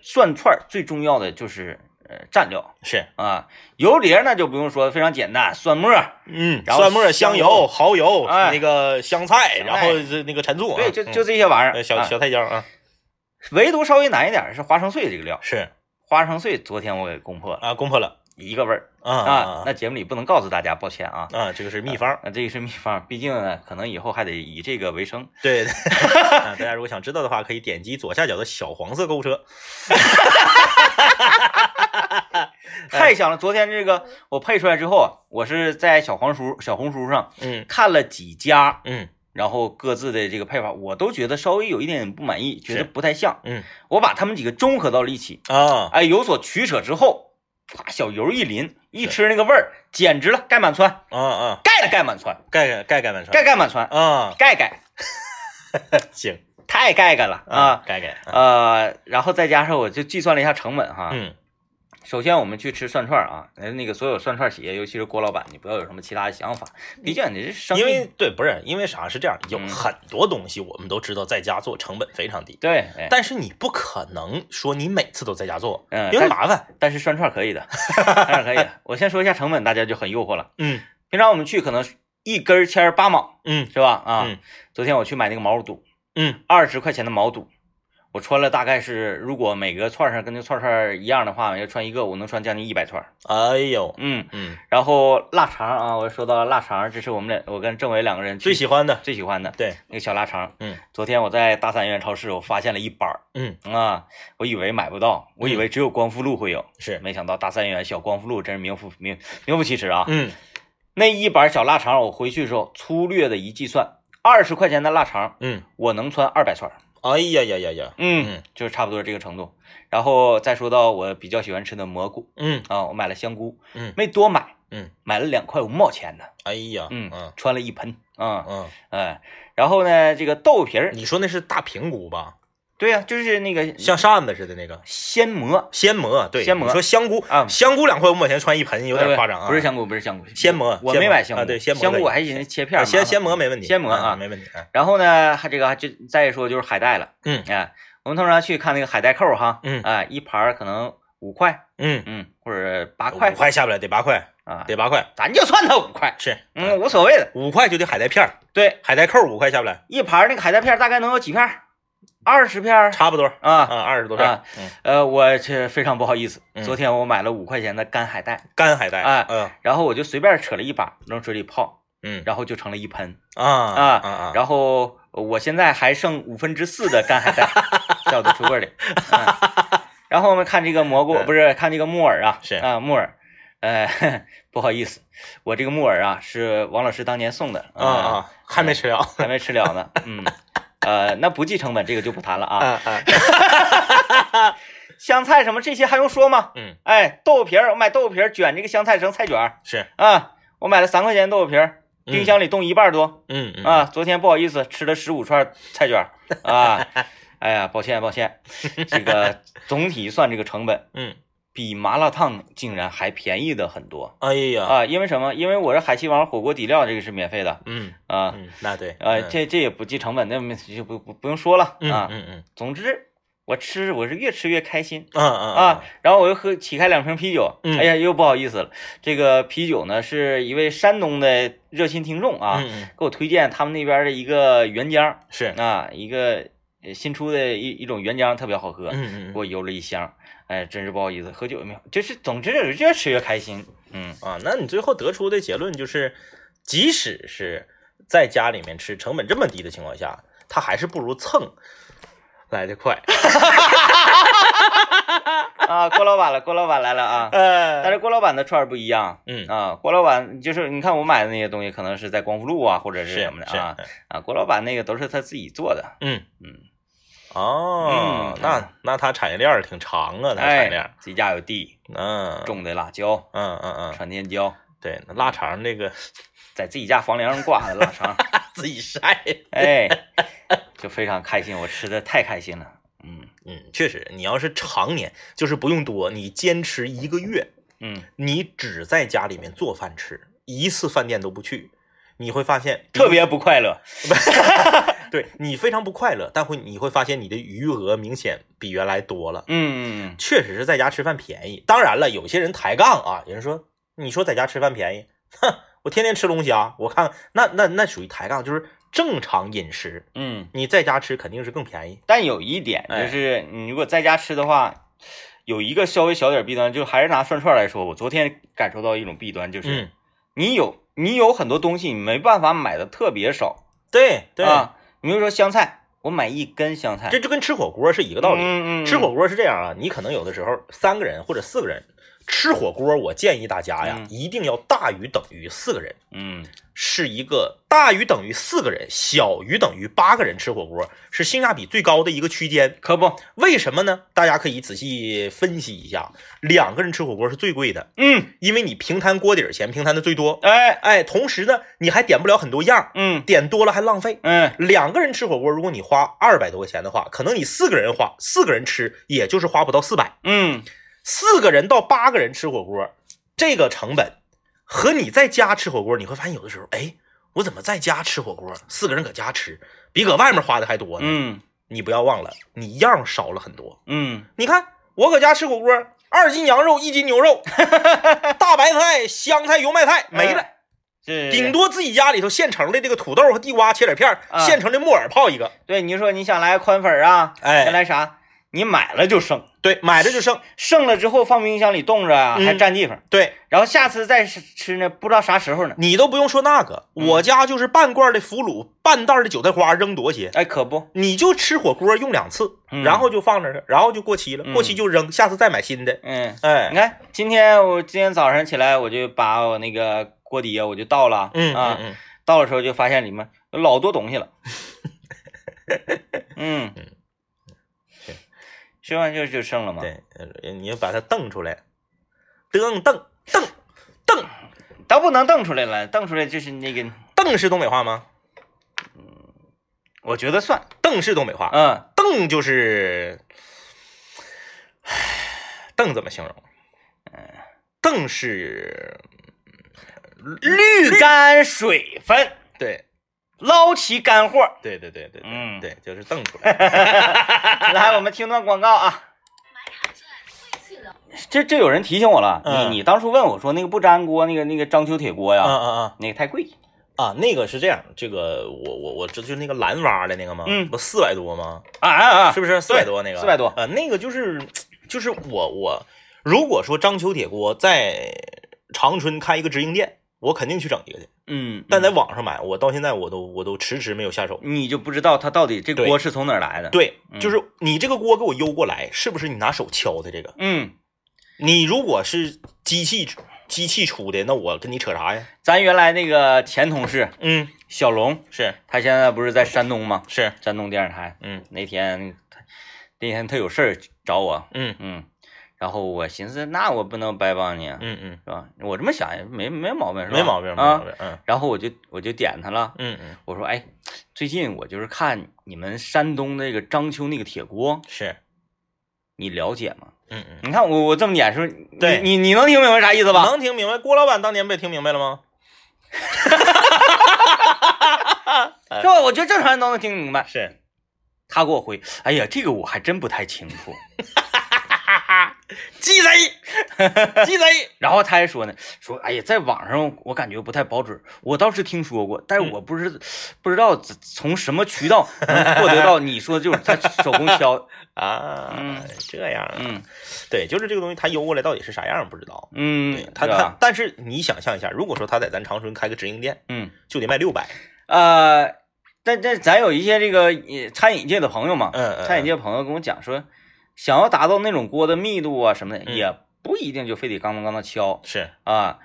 [SPEAKER 2] 涮串儿最重要的就是呃蘸料
[SPEAKER 1] 嗯，是，
[SPEAKER 2] 啊，油碟儿那就不用说，非常简单，蒜末儿，
[SPEAKER 1] 嗯，
[SPEAKER 2] 然后
[SPEAKER 1] 蒜末、香
[SPEAKER 2] 香
[SPEAKER 1] 油、
[SPEAKER 2] 油
[SPEAKER 1] 蚝油，
[SPEAKER 2] 哎
[SPEAKER 1] 那个香菜，
[SPEAKER 2] 香
[SPEAKER 1] 然后是那个陈醋啊，
[SPEAKER 2] 对，就
[SPEAKER 1] 嗯
[SPEAKER 2] 就这些玩意儿。
[SPEAKER 1] 哎小
[SPEAKER 2] 啊
[SPEAKER 1] 小菜椒啊，
[SPEAKER 2] 唯独稍微难一点儿是花生碎这个料，
[SPEAKER 1] 是
[SPEAKER 2] 花生碎昨天我给攻破了，
[SPEAKER 1] 啊，攻破了
[SPEAKER 2] 一个味儿
[SPEAKER 1] 啊
[SPEAKER 2] 啊
[SPEAKER 1] 啊。
[SPEAKER 2] 那节目里不能告诉大家，抱歉啊。
[SPEAKER 1] 啊，这个是秘方，
[SPEAKER 2] 啊，这个是秘方，毕竟呢，可能以后还得以这个为生。
[SPEAKER 1] 对，对 啊大家如果想知道的话，可以点击左下角的小黄色购物车，
[SPEAKER 2] 太香了！昨天这个我配出来之后啊，我是在小黄书、小红书上
[SPEAKER 1] 嗯
[SPEAKER 2] 看了几家，
[SPEAKER 1] 嗯
[SPEAKER 2] 然后各自的这个配法，我都觉得稍微有一点点不满意，觉得不太像。
[SPEAKER 1] 嗯
[SPEAKER 2] 我把他们几个综合到了一起，
[SPEAKER 1] 啊，
[SPEAKER 2] 哎，有所取舍之后，啪，小油一淋，一吃那个味儿，简直了，盖满川，
[SPEAKER 1] 啊啊，
[SPEAKER 2] 盖了盖满川，
[SPEAKER 1] 盖盖盖盖满川
[SPEAKER 2] 盖盖满川，
[SPEAKER 1] 啊，
[SPEAKER 2] 盖盖
[SPEAKER 1] 行
[SPEAKER 2] 太盖盖了啊！
[SPEAKER 1] 盖盖，啊
[SPEAKER 2] 呃，然后再加上我就计算了一下成本哈，
[SPEAKER 1] 嗯
[SPEAKER 2] 首先我们去吃涮串儿啊，呃那个所有涮串儿企业，尤其是郭老板，你不要有什么其他的想法，毕竟你这生
[SPEAKER 1] 嗯
[SPEAKER 2] 意
[SPEAKER 1] 因为对，不是因为啥是这样，有
[SPEAKER 2] 嗯
[SPEAKER 1] 很多东西我们都知道在家做成本非常低，
[SPEAKER 2] 对，哎
[SPEAKER 1] 但是你不可能说你每次都在家做，
[SPEAKER 2] 嗯
[SPEAKER 1] 因为麻烦。
[SPEAKER 2] 但是涮串儿可以的， 涮串儿可以的。我先说一下成本，大家就很诱惑了。
[SPEAKER 1] 嗯
[SPEAKER 2] 平常我们去可能是一根儿签儿八毛，
[SPEAKER 1] 嗯
[SPEAKER 2] 是吧？啊，
[SPEAKER 1] 嗯
[SPEAKER 2] 昨天我去买那个毛肚，
[SPEAKER 1] 嗯
[SPEAKER 2] 二十块钱的毛肚，我穿了大概是，如果每个串儿上跟那串儿串儿一样的话，要穿一个，我能穿将近一百串儿。
[SPEAKER 1] 哎呦，
[SPEAKER 2] 嗯，
[SPEAKER 1] 嗯，
[SPEAKER 2] 然后腊肠啊，我说到腊肠，这是我们俩，我跟政委两个人去
[SPEAKER 1] 最喜欢的，
[SPEAKER 2] 最喜欢的
[SPEAKER 1] 对，
[SPEAKER 2] 那个小腊肠。
[SPEAKER 1] 嗯，
[SPEAKER 2] 昨天我在大三元超市，我发现了一板儿
[SPEAKER 1] 嗯
[SPEAKER 2] 啊，我以为买不到，我以为只有光复路会有，
[SPEAKER 1] 是，
[SPEAKER 2] 没想到大三元小光复路真是名副名名副其实啊。
[SPEAKER 1] 嗯
[SPEAKER 2] 那一板小腊肠，我回去的时候粗略的一计算，二十块钱的腊肠，
[SPEAKER 1] 嗯，
[SPEAKER 2] 我能穿二百串儿。
[SPEAKER 1] 哎呀呀呀呀，嗯，
[SPEAKER 2] 就是差不多这个程度。然后再说到我比较喜欢吃的蘑菇
[SPEAKER 1] 嗯
[SPEAKER 2] 啊，我买了香菇，
[SPEAKER 1] 嗯
[SPEAKER 2] 没多买，
[SPEAKER 1] 嗯，
[SPEAKER 2] 买了两块五毛钱的，
[SPEAKER 1] 哎呀，
[SPEAKER 2] 嗯
[SPEAKER 1] 嗯，
[SPEAKER 2] 穿了一盆，啊，
[SPEAKER 1] 嗯，
[SPEAKER 2] 哎，然后呢，这个豆皮儿，
[SPEAKER 1] 你说那是大平菇吧？
[SPEAKER 2] 对呀、就是那个
[SPEAKER 1] 像扇子似的那个
[SPEAKER 2] 鲜蘑，
[SPEAKER 1] 鲜蘑，对，
[SPEAKER 2] 鲜蘑
[SPEAKER 1] 你说香菇
[SPEAKER 2] 啊
[SPEAKER 1] 香菇两块五毛钱穿一盆，有点夸张啊。
[SPEAKER 2] 不是香菇，不是香菇，
[SPEAKER 1] 鲜蘑
[SPEAKER 2] 我
[SPEAKER 1] 鲜
[SPEAKER 2] 没
[SPEAKER 1] 蘑
[SPEAKER 2] 买香菇，
[SPEAKER 1] 啊对鲜蘑
[SPEAKER 2] 香菇
[SPEAKER 1] 可以
[SPEAKER 2] 我还寻思切片儿
[SPEAKER 1] 啊，
[SPEAKER 2] 麻烦，
[SPEAKER 1] 鲜鲜蘑没问题，
[SPEAKER 2] 鲜蘑啊
[SPEAKER 1] 没问题。啊
[SPEAKER 2] 然后呢，还这个还就再说就是海带了，
[SPEAKER 1] 嗯
[SPEAKER 2] 哎，我们通常去看那个海带扣儿哈，
[SPEAKER 1] 嗯
[SPEAKER 2] 哎，一盘儿可能五块，
[SPEAKER 1] 嗯，
[SPEAKER 2] 嗯，或者八
[SPEAKER 1] 五
[SPEAKER 2] 块
[SPEAKER 1] 块下不来，得八块，
[SPEAKER 2] 啊，
[SPEAKER 1] 得八块，
[SPEAKER 2] 咱就算它五块，
[SPEAKER 1] 是，
[SPEAKER 2] 嗯，无所谓的。
[SPEAKER 1] 五块就得海带片儿，
[SPEAKER 2] 对，
[SPEAKER 1] 海带扣五块下不来，
[SPEAKER 2] 一盘儿那个海带片儿大概能有几片儿？二十片儿
[SPEAKER 1] 差不多啊，
[SPEAKER 2] 啊。
[SPEAKER 1] 二十多片儿
[SPEAKER 2] 啊，
[SPEAKER 1] 嗯，
[SPEAKER 2] 呃，我这非常不好意思，
[SPEAKER 1] 嗯
[SPEAKER 2] 昨天我买了五块钱的干海带，
[SPEAKER 1] 干海带，
[SPEAKER 2] 哎
[SPEAKER 1] 嗯
[SPEAKER 2] 然后我就随便扯了一把扔水里泡，
[SPEAKER 1] 嗯
[SPEAKER 2] 然后就成了一盆。
[SPEAKER 1] 啊啊
[SPEAKER 2] 啊
[SPEAKER 1] 啊，
[SPEAKER 2] 然后我现在还剩五分之四的干海带在我的橱柜里。嗯然后我们看这个蘑菇，
[SPEAKER 1] 嗯
[SPEAKER 2] 不是看这个木耳啊，
[SPEAKER 1] 是
[SPEAKER 2] 啊木耳，呃， 不好意思，我这个木耳啊是王老师当年送的，
[SPEAKER 1] 啊 啊，还没吃了
[SPEAKER 2] 嗯，还没吃了呢，嗯，呃，那不计成本这个就不谈了啊，
[SPEAKER 1] 啊，
[SPEAKER 2] 香菜什么这些还用说吗？
[SPEAKER 1] 嗯，
[SPEAKER 2] 哎，豆皮儿，我买豆皮儿卷这个香菜成菜卷儿
[SPEAKER 1] 是，
[SPEAKER 2] 啊，我买了三块钱豆皮儿，
[SPEAKER 1] 嗯
[SPEAKER 2] 冰箱里冻一半多，
[SPEAKER 1] 嗯嗯，
[SPEAKER 2] 啊，昨天不好意思吃了十五串菜 卷儿啊，哎呀，抱歉抱歉，这个总体算这个成本
[SPEAKER 1] 嗯，
[SPEAKER 2] 比麻辣烫竟然还便宜的很多
[SPEAKER 1] 哎呀，
[SPEAKER 2] 啊，因为什么？因为我是海西王火锅底料，这个是免费的
[SPEAKER 1] 嗯
[SPEAKER 2] 啊，
[SPEAKER 1] 嗯，那对，
[SPEAKER 2] 呃，
[SPEAKER 1] 嗯
[SPEAKER 2] 这这也不计成本，那没就不不不用说了
[SPEAKER 1] 嗯
[SPEAKER 2] 啊。
[SPEAKER 1] 嗯嗯
[SPEAKER 2] 总之我吃我是越吃越开心。
[SPEAKER 1] 嗯嗯
[SPEAKER 2] 啊，然后我又喝起开两瓶啤酒，
[SPEAKER 1] 嗯
[SPEAKER 2] 哎呀，又不好意思了。这个啤酒呢，是一位山东的热心听众啊，
[SPEAKER 1] 嗯嗯
[SPEAKER 2] 给我推荐他们那边的一个原浆，
[SPEAKER 1] 是，
[SPEAKER 2] 啊，一个呃新出的一一种原浆特别好喝，
[SPEAKER 1] 嗯嗯
[SPEAKER 2] 给
[SPEAKER 1] 嗯
[SPEAKER 2] 我邮了一箱，哎，真是不好意思，喝酒也没有，就是总之就是越吃越开心，嗯，
[SPEAKER 1] 啊，那你最后得出的结论就是，即使是在家里面吃成本这么低的情况下，它还是不如蹭来的快，
[SPEAKER 2] 啊，郭老板了，郭老板来 了 啊，
[SPEAKER 1] 呃
[SPEAKER 2] 但是郭老板的串儿不一样。
[SPEAKER 1] 嗯
[SPEAKER 2] 啊，郭老板就是你看我买的那些东西，可能是在光复路啊，或者
[SPEAKER 1] 是
[SPEAKER 2] 什么的
[SPEAKER 1] 是
[SPEAKER 2] 啊啊，郭老板那个都是他自己做的，
[SPEAKER 1] 嗯
[SPEAKER 2] 嗯，
[SPEAKER 1] 哦，
[SPEAKER 2] 嗯
[SPEAKER 1] 那那它产业链儿挺长啊，它产业链儿
[SPEAKER 2] 哎，，自己家有地，
[SPEAKER 1] 嗯，
[SPEAKER 2] 种的辣椒、
[SPEAKER 1] 嗯嗯嗯，
[SPEAKER 2] 传天椒，
[SPEAKER 1] 对，那腊肠这个
[SPEAKER 2] 在自己家房梁上挂的腊肠，
[SPEAKER 1] 自己晒，
[SPEAKER 2] 哎，就非常开心，我吃的太开心了，嗯
[SPEAKER 1] 嗯，确实，你要是常年就是不用多，你坚持一个月，
[SPEAKER 2] 嗯，
[SPEAKER 1] 你只在家里面做饭吃，一次饭店都不去，你会发现
[SPEAKER 2] 特别不快乐，
[SPEAKER 1] 对你非常不快乐，但会你会发现你的余额明显比原来多了。
[SPEAKER 2] 嗯嗯
[SPEAKER 1] 确实是在家吃饭便宜，当然了，有些人抬杠啊，有人说你说在家吃饭便宜，哼，我天天吃龙虾，我看那那那属于抬杠，就是正常饮食，
[SPEAKER 2] 嗯，
[SPEAKER 1] 你在家吃肯定是更便宜。
[SPEAKER 2] 但有一点
[SPEAKER 1] 哎
[SPEAKER 2] 就是，你如果在家吃的话，有一个稍微小点弊端，就还是拿涮串来说，我昨天感受到一种弊端，就是、
[SPEAKER 1] 嗯，
[SPEAKER 2] 你有你有很多东西你没办法买的特别少，
[SPEAKER 1] 对对，
[SPEAKER 2] 啊，你比如说香菜，我买一根香菜，
[SPEAKER 1] 这就跟吃火锅是一个道理。
[SPEAKER 2] 嗯嗯，
[SPEAKER 1] 吃火锅是这样啊，你可能有的时候三个人或者四个人吃火锅，我建议大家呀，
[SPEAKER 2] 嗯
[SPEAKER 1] 一定要大于等于四个人，
[SPEAKER 2] 嗯，
[SPEAKER 1] 是一个大于等于四个人，小于等于八个人吃火锅是性价比最高的一个区间。
[SPEAKER 2] 可不，
[SPEAKER 1] 为什么呢？大家可以仔细分析一下，两个人吃火锅是最贵的，
[SPEAKER 2] 嗯，
[SPEAKER 1] 因为你平摊锅底儿钱平摊的最多。
[SPEAKER 2] 哎，
[SPEAKER 1] 哎，同时呢，你还点不了很多样，
[SPEAKER 2] 嗯
[SPEAKER 1] 点多了还浪费。
[SPEAKER 2] 嗯，
[SPEAKER 1] 两个人吃火锅，如果你花二百多块钱的话，可能你四个人花，四个人吃也就是花不到四百。
[SPEAKER 2] 嗯，
[SPEAKER 1] 四个人到八个人吃火锅，这个成本和你在家吃火锅，你会发现有的时候，哎，我怎么在家吃火锅，四个人搁家吃，比搁外面花的还多呢？
[SPEAKER 2] 嗯
[SPEAKER 1] 你不要忘了，你样少了很多。
[SPEAKER 2] 嗯，
[SPEAKER 1] 你看我搁家吃火锅，二斤羊肉，一斤牛肉，大白菜、香菜、油麦菜没了，
[SPEAKER 2] 是
[SPEAKER 1] 顶多自己家里头现成的这个土豆和地瓜切点片儿，
[SPEAKER 2] 啊
[SPEAKER 1] 现成的木耳泡一个。
[SPEAKER 2] 对你说你想来宽粉儿啊，想
[SPEAKER 1] 哎，
[SPEAKER 2] 来啥，你买了就剩，
[SPEAKER 1] 对，买了就剩。
[SPEAKER 2] 剩了之后放冰箱里冻着啊，
[SPEAKER 1] 嗯
[SPEAKER 2] 还占地方。
[SPEAKER 1] 对，
[SPEAKER 2] 然后下次再吃吃呢，不知道啥时候呢。
[SPEAKER 1] 你都不用说那个，
[SPEAKER 2] 嗯
[SPEAKER 1] 我家就是半罐的腐乳，半袋的韭菜花扔多些。
[SPEAKER 2] 哎，可不，
[SPEAKER 1] 你就吃火锅用两次，
[SPEAKER 2] 嗯
[SPEAKER 1] 然后就放那儿了，然后就过期了，
[SPEAKER 2] 嗯
[SPEAKER 1] 过期就扔，下次再买新的。
[SPEAKER 2] 嗯，你
[SPEAKER 1] 哎，
[SPEAKER 2] 看今天我今天早上起来我就把我那个锅底啊我就倒了，
[SPEAKER 1] 嗯
[SPEAKER 2] 啊，
[SPEAKER 1] 嗯
[SPEAKER 2] 倒的时候就发现里面有老多东西了。嗯，吃完就就剩了
[SPEAKER 1] 嗯，
[SPEAKER 2] 嘛。
[SPEAKER 1] 对，呃你要把它瞪出来，瞪瞪瞪瞪
[SPEAKER 2] 都不能瞪出来了，瞪出来就是那个
[SPEAKER 1] 瞪邓是东北话吗？
[SPEAKER 2] 我觉得算，
[SPEAKER 1] 邓是东北话，
[SPEAKER 2] 嗯，
[SPEAKER 1] 邓就是，唉邓怎么形容？
[SPEAKER 2] 嗯
[SPEAKER 1] 邓是嗯
[SPEAKER 2] 滤干水分，
[SPEAKER 1] 对
[SPEAKER 2] 捞起干货。
[SPEAKER 1] 对对对对对、
[SPEAKER 2] 嗯
[SPEAKER 1] 对，就是邓出 来。
[SPEAKER 2] 来，我们听段广告啊。这这有人提醒我了，
[SPEAKER 1] 嗯
[SPEAKER 2] 你你当初问我说那个不粘锅，那个那个章丘铁锅呀，
[SPEAKER 1] 啊啊啊！
[SPEAKER 2] 那个太贵。
[SPEAKER 1] 啊，那个是这样，这个我我我知道，就是那个蓝蛙的那个吗？
[SPEAKER 2] 嗯
[SPEAKER 1] 不四百多吗？
[SPEAKER 2] 啊啊啊！
[SPEAKER 1] 是不是四百多那个？
[SPEAKER 2] 400多
[SPEAKER 1] 呃，那个就是就是我我如果说章丘铁锅在长春开一个直营店，我肯定去整一个去。
[SPEAKER 2] 嗯，
[SPEAKER 1] 但在
[SPEAKER 2] 嗯
[SPEAKER 1] 网上买，我到现在我都我都迟迟没有下手。
[SPEAKER 2] 你就不知道它到底这
[SPEAKER 1] 对
[SPEAKER 2] 锅是从哪儿来的。，
[SPEAKER 1] 对，
[SPEAKER 2] 嗯
[SPEAKER 1] 就是你这个锅给我邮过来，是不是你拿手敲的这个？
[SPEAKER 2] 嗯，
[SPEAKER 1] 你如果是机器机器出的，那我跟你扯啥呀？
[SPEAKER 2] 咱原来那个前同事
[SPEAKER 1] 嗯，
[SPEAKER 2] 小龙，
[SPEAKER 1] 是
[SPEAKER 2] 他现在不是在山东吗？
[SPEAKER 1] 是，
[SPEAKER 2] 山东电视台
[SPEAKER 1] 嗯
[SPEAKER 2] 那天他那天他有事儿找我，
[SPEAKER 1] 嗯
[SPEAKER 2] 嗯，然后我寻思那我不能白帮你啊，
[SPEAKER 1] 嗯嗯，
[SPEAKER 2] 是吧？我这么想也没没毛病，是吧？
[SPEAKER 1] 没毛病，没毛
[SPEAKER 2] 啊。
[SPEAKER 1] 病，嗯
[SPEAKER 2] 然后我就我就点他了，
[SPEAKER 1] 嗯嗯，
[SPEAKER 2] 我说哎，最近我就是看你们山东那个章丘那个铁锅，
[SPEAKER 1] 是，
[SPEAKER 2] 你了解吗？
[SPEAKER 1] 嗯嗯。
[SPEAKER 2] 你看我我这么点是不是？
[SPEAKER 1] 对
[SPEAKER 2] 你你你能听明白啥意思吧？
[SPEAKER 1] 能听明白？郭老板当年不也听明白了吗？
[SPEAKER 2] 是吧？我觉得正常人都能听明白。
[SPEAKER 1] 是，
[SPEAKER 2] 他给我回，哎呀，这个我还真不太清楚。
[SPEAKER 1] 鸡贼， 鸡贼。
[SPEAKER 2] 然后他还说呢，说哎呀，在网上我感觉不太保准，我倒是听说过，
[SPEAKER 1] 嗯
[SPEAKER 2] 但是我不知、不知道从什么渠道能获得到你说就是他手工挑，
[SPEAKER 1] 啊
[SPEAKER 2] 嗯，
[SPEAKER 1] 这样啊，
[SPEAKER 2] 嗯
[SPEAKER 1] 对，就是这个东西，它邮过来到底是啥样不知道。对
[SPEAKER 2] 嗯，
[SPEAKER 1] 他
[SPEAKER 2] 是
[SPEAKER 1] 他
[SPEAKER 2] 吧，
[SPEAKER 1] 但是你想象一下，如果说他在咱长春开个直营店，
[SPEAKER 2] 嗯
[SPEAKER 1] 就得卖六百。
[SPEAKER 2] 呃，但但咱有一些这个呃餐饮界的朋友嘛，
[SPEAKER 1] 嗯嗯，
[SPEAKER 2] 餐饮界朋友跟我讲说，想要达到那种锅的密度啊什么的，
[SPEAKER 1] 嗯
[SPEAKER 2] 也不一定就非得刚当刚当敲
[SPEAKER 1] 是
[SPEAKER 2] 啊，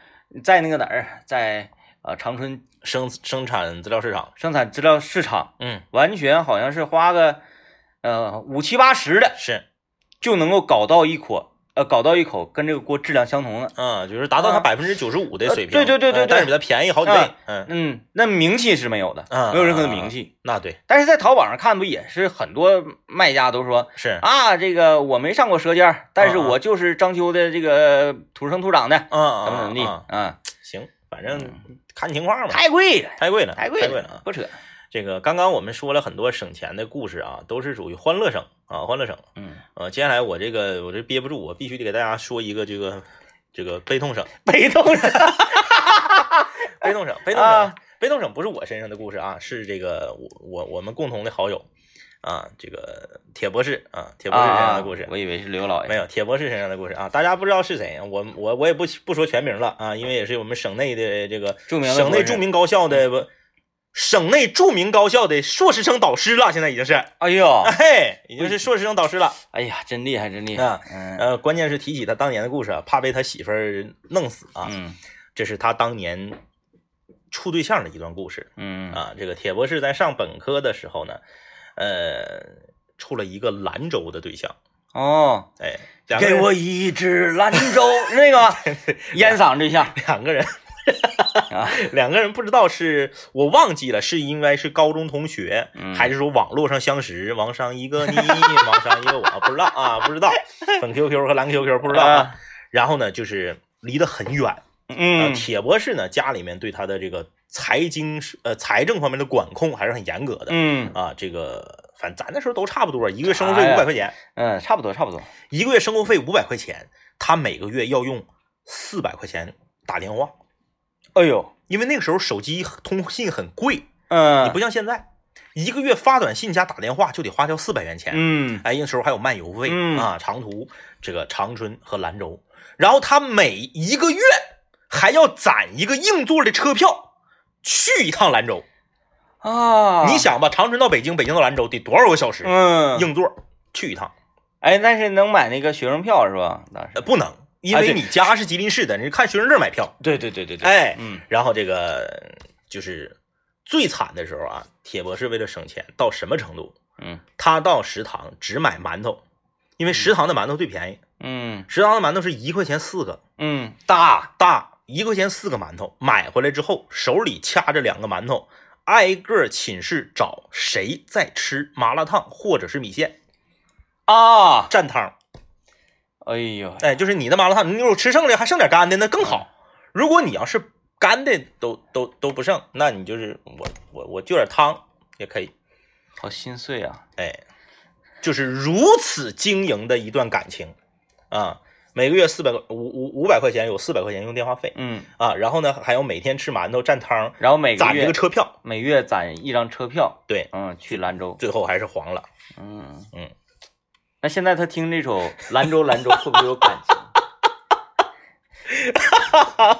[SPEAKER 2] 在那个哪儿，在呃长春
[SPEAKER 1] 生生产资料市场。
[SPEAKER 2] 生产资料市场，
[SPEAKER 1] 嗯，
[SPEAKER 2] 完全好像是花个呃五七八十的
[SPEAKER 1] 是，
[SPEAKER 2] 就能够搞到一口呃搞到一口跟这个锅质量相同的，
[SPEAKER 1] 嗯，就是达到它
[SPEAKER 2] 啊
[SPEAKER 1] 百分之九十五的水平。
[SPEAKER 2] 呃对对对对
[SPEAKER 1] 嗯
[SPEAKER 2] 对
[SPEAKER 1] 但是比它便宜好几倍
[SPEAKER 2] 啊。
[SPEAKER 1] 嗯，
[SPEAKER 2] 嗯，那名气是没有的，
[SPEAKER 1] 嗯
[SPEAKER 2] 没有任何的名气。
[SPEAKER 1] 那对
[SPEAKER 2] 但是在淘宝上看，不也是很多卖家都说
[SPEAKER 1] 是。
[SPEAKER 2] 啊，这个我没上过舌尖儿，但是
[SPEAKER 1] 啊啊
[SPEAKER 2] 我就是章丘的这个土生土长的，
[SPEAKER 1] 嗯，
[SPEAKER 2] 怎么怎么地
[SPEAKER 1] 嗯嗯
[SPEAKER 2] 啊，
[SPEAKER 1] 行，反正看情况吧。
[SPEAKER 2] 太贵了，
[SPEAKER 1] 太贵了，
[SPEAKER 2] 太
[SPEAKER 1] 贵
[SPEAKER 2] 贵
[SPEAKER 1] 了啊！
[SPEAKER 2] 不扯，
[SPEAKER 1] 这个刚刚我们说了很多省钱的故事啊，都是属于欢乐省啊，欢乐省。
[SPEAKER 2] 嗯，
[SPEAKER 1] 呃，接下来我这个我这憋不住，我必须得给大家说一个这个这个悲痛省，
[SPEAKER 2] 北斗人，
[SPEAKER 1] 悲痛省，悲痛省
[SPEAKER 2] 啊，
[SPEAKER 1] 悲痛省不是我身上的故事啊，是这个我我我们共同的好友啊，这个铁博士啊，铁博士身上的故事
[SPEAKER 2] 啊。我以为是刘老
[SPEAKER 1] 没
[SPEAKER 2] 爷，
[SPEAKER 1] 有铁博士身上的故事啊，大家不知道是谁，我我我也不不说全名了啊，因为也是我们省内的这个
[SPEAKER 2] 著名的
[SPEAKER 1] 省
[SPEAKER 2] 博
[SPEAKER 1] 内
[SPEAKER 2] 士
[SPEAKER 1] 著名高校的不省内著名高校的硕士生导师了，现在已经是。
[SPEAKER 2] 哎呦，
[SPEAKER 1] 嘿，已经是硕士生导师了。
[SPEAKER 2] 哎呀，真厉害，真厉
[SPEAKER 1] 啊
[SPEAKER 2] 害，嗯
[SPEAKER 1] 呃，关键是提起他当年的故事啊，怕被他媳妇儿弄死啊。
[SPEAKER 2] 嗯
[SPEAKER 1] 这是他当年处对象的一段故事
[SPEAKER 2] 嗯
[SPEAKER 1] 啊。这个铁博士在上本科的时候呢，呃，处了一个兰州的对象。
[SPEAKER 2] 哦，
[SPEAKER 1] 哎，两个
[SPEAKER 2] 给
[SPEAKER 1] 人
[SPEAKER 2] 我一只兰州 那个烟嗓这下
[SPEAKER 1] 两个人，
[SPEAKER 2] 啊，
[SPEAKER 1] 两个人不知道是我忘记了，是因为是高中同学，
[SPEAKER 2] 嗯
[SPEAKER 1] 还是说网络上相识，网上一 个你，网上一个我，不知道啊，不知道，粉 QQ 和蓝 QQ 不知道啊
[SPEAKER 2] 啊。
[SPEAKER 1] 然后呢，就是离得很远。呃
[SPEAKER 2] 嗯
[SPEAKER 1] 铁博士呢，家里面对他的这个财经是呃财政方面的管控还是很严格的。
[SPEAKER 2] 嗯
[SPEAKER 1] 啊，这个反正咱那时候都差不多，一个月生活费
[SPEAKER 2] 哎
[SPEAKER 1] 五
[SPEAKER 2] 呀
[SPEAKER 1] 百块钱，
[SPEAKER 2] 嗯，差不多差不多，
[SPEAKER 1] 一个月生活费五百块钱，他每个月要用四百块钱打电话。
[SPEAKER 2] 哎呦，
[SPEAKER 1] 因为那个时候手机通信很贵，你
[SPEAKER 2] 嗯
[SPEAKER 1] 不像现在，一个月发短信加打电话就得花掉四百元钱。
[SPEAKER 2] 嗯
[SPEAKER 1] 哎，那时候还有漫游费、
[SPEAKER 2] 嗯
[SPEAKER 1] 啊，长途这个长春和兰州，然后他每一个月还要攒一个硬座的车票去一趟兰州。
[SPEAKER 2] 啊，
[SPEAKER 1] 你想吧，啊长春到北京，北京到兰州得多少个小时？
[SPEAKER 2] 嗯，
[SPEAKER 1] 硬座去一趟，
[SPEAKER 2] 哎，但是能买那个学生票是吧？当时
[SPEAKER 1] 呃，不能，因为
[SPEAKER 2] 哎对
[SPEAKER 1] 你家是吉林市的，你是看学生证买票。
[SPEAKER 2] 对对对对对，
[SPEAKER 1] 哎，
[SPEAKER 2] 嗯
[SPEAKER 1] 然后这个就是最惨的时候啊，铁博士为了省钱到什么程度？
[SPEAKER 2] 嗯
[SPEAKER 1] 他到食堂只买馒头，因为食堂的馒头最便宜，
[SPEAKER 2] 嗯
[SPEAKER 1] 食堂的馒头是一块钱四个，
[SPEAKER 2] 嗯
[SPEAKER 1] 大大一块钱四个馒头，买回来之后手里掐着两个馒头，挨个寝室找谁在吃麻辣烫或者是米线
[SPEAKER 2] 啊！
[SPEAKER 1] 蘸汤。
[SPEAKER 2] 哎呦，
[SPEAKER 1] 哎，就是你的麻辣烫，你如果吃剩的还剩点干的，那更好。如果你要是干的都都都不剩，那你就是我我我就点汤也可以。
[SPEAKER 2] 好心碎啊！
[SPEAKER 1] 哎，就是如此经营的一段感情啊，每个月四百五五五百块钱，有四百块钱用电话费
[SPEAKER 2] 嗯，
[SPEAKER 1] 啊，然后呢还有每天吃馒头蘸汤，
[SPEAKER 2] 然后每个
[SPEAKER 1] 攒这
[SPEAKER 2] 月
[SPEAKER 1] 个车票，
[SPEAKER 2] 每月攒一张车票，
[SPEAKER 1] 对，
[SPEAKER 2] 嗯，去兰州。
[SPEAKER 1] 最后还是黄了。
[SPEAKER 2] 嗯
[SPEAKER 1] 嗯，
[SPEAKER 2] 那现在他听这首《兰州兰州》会不会有感情？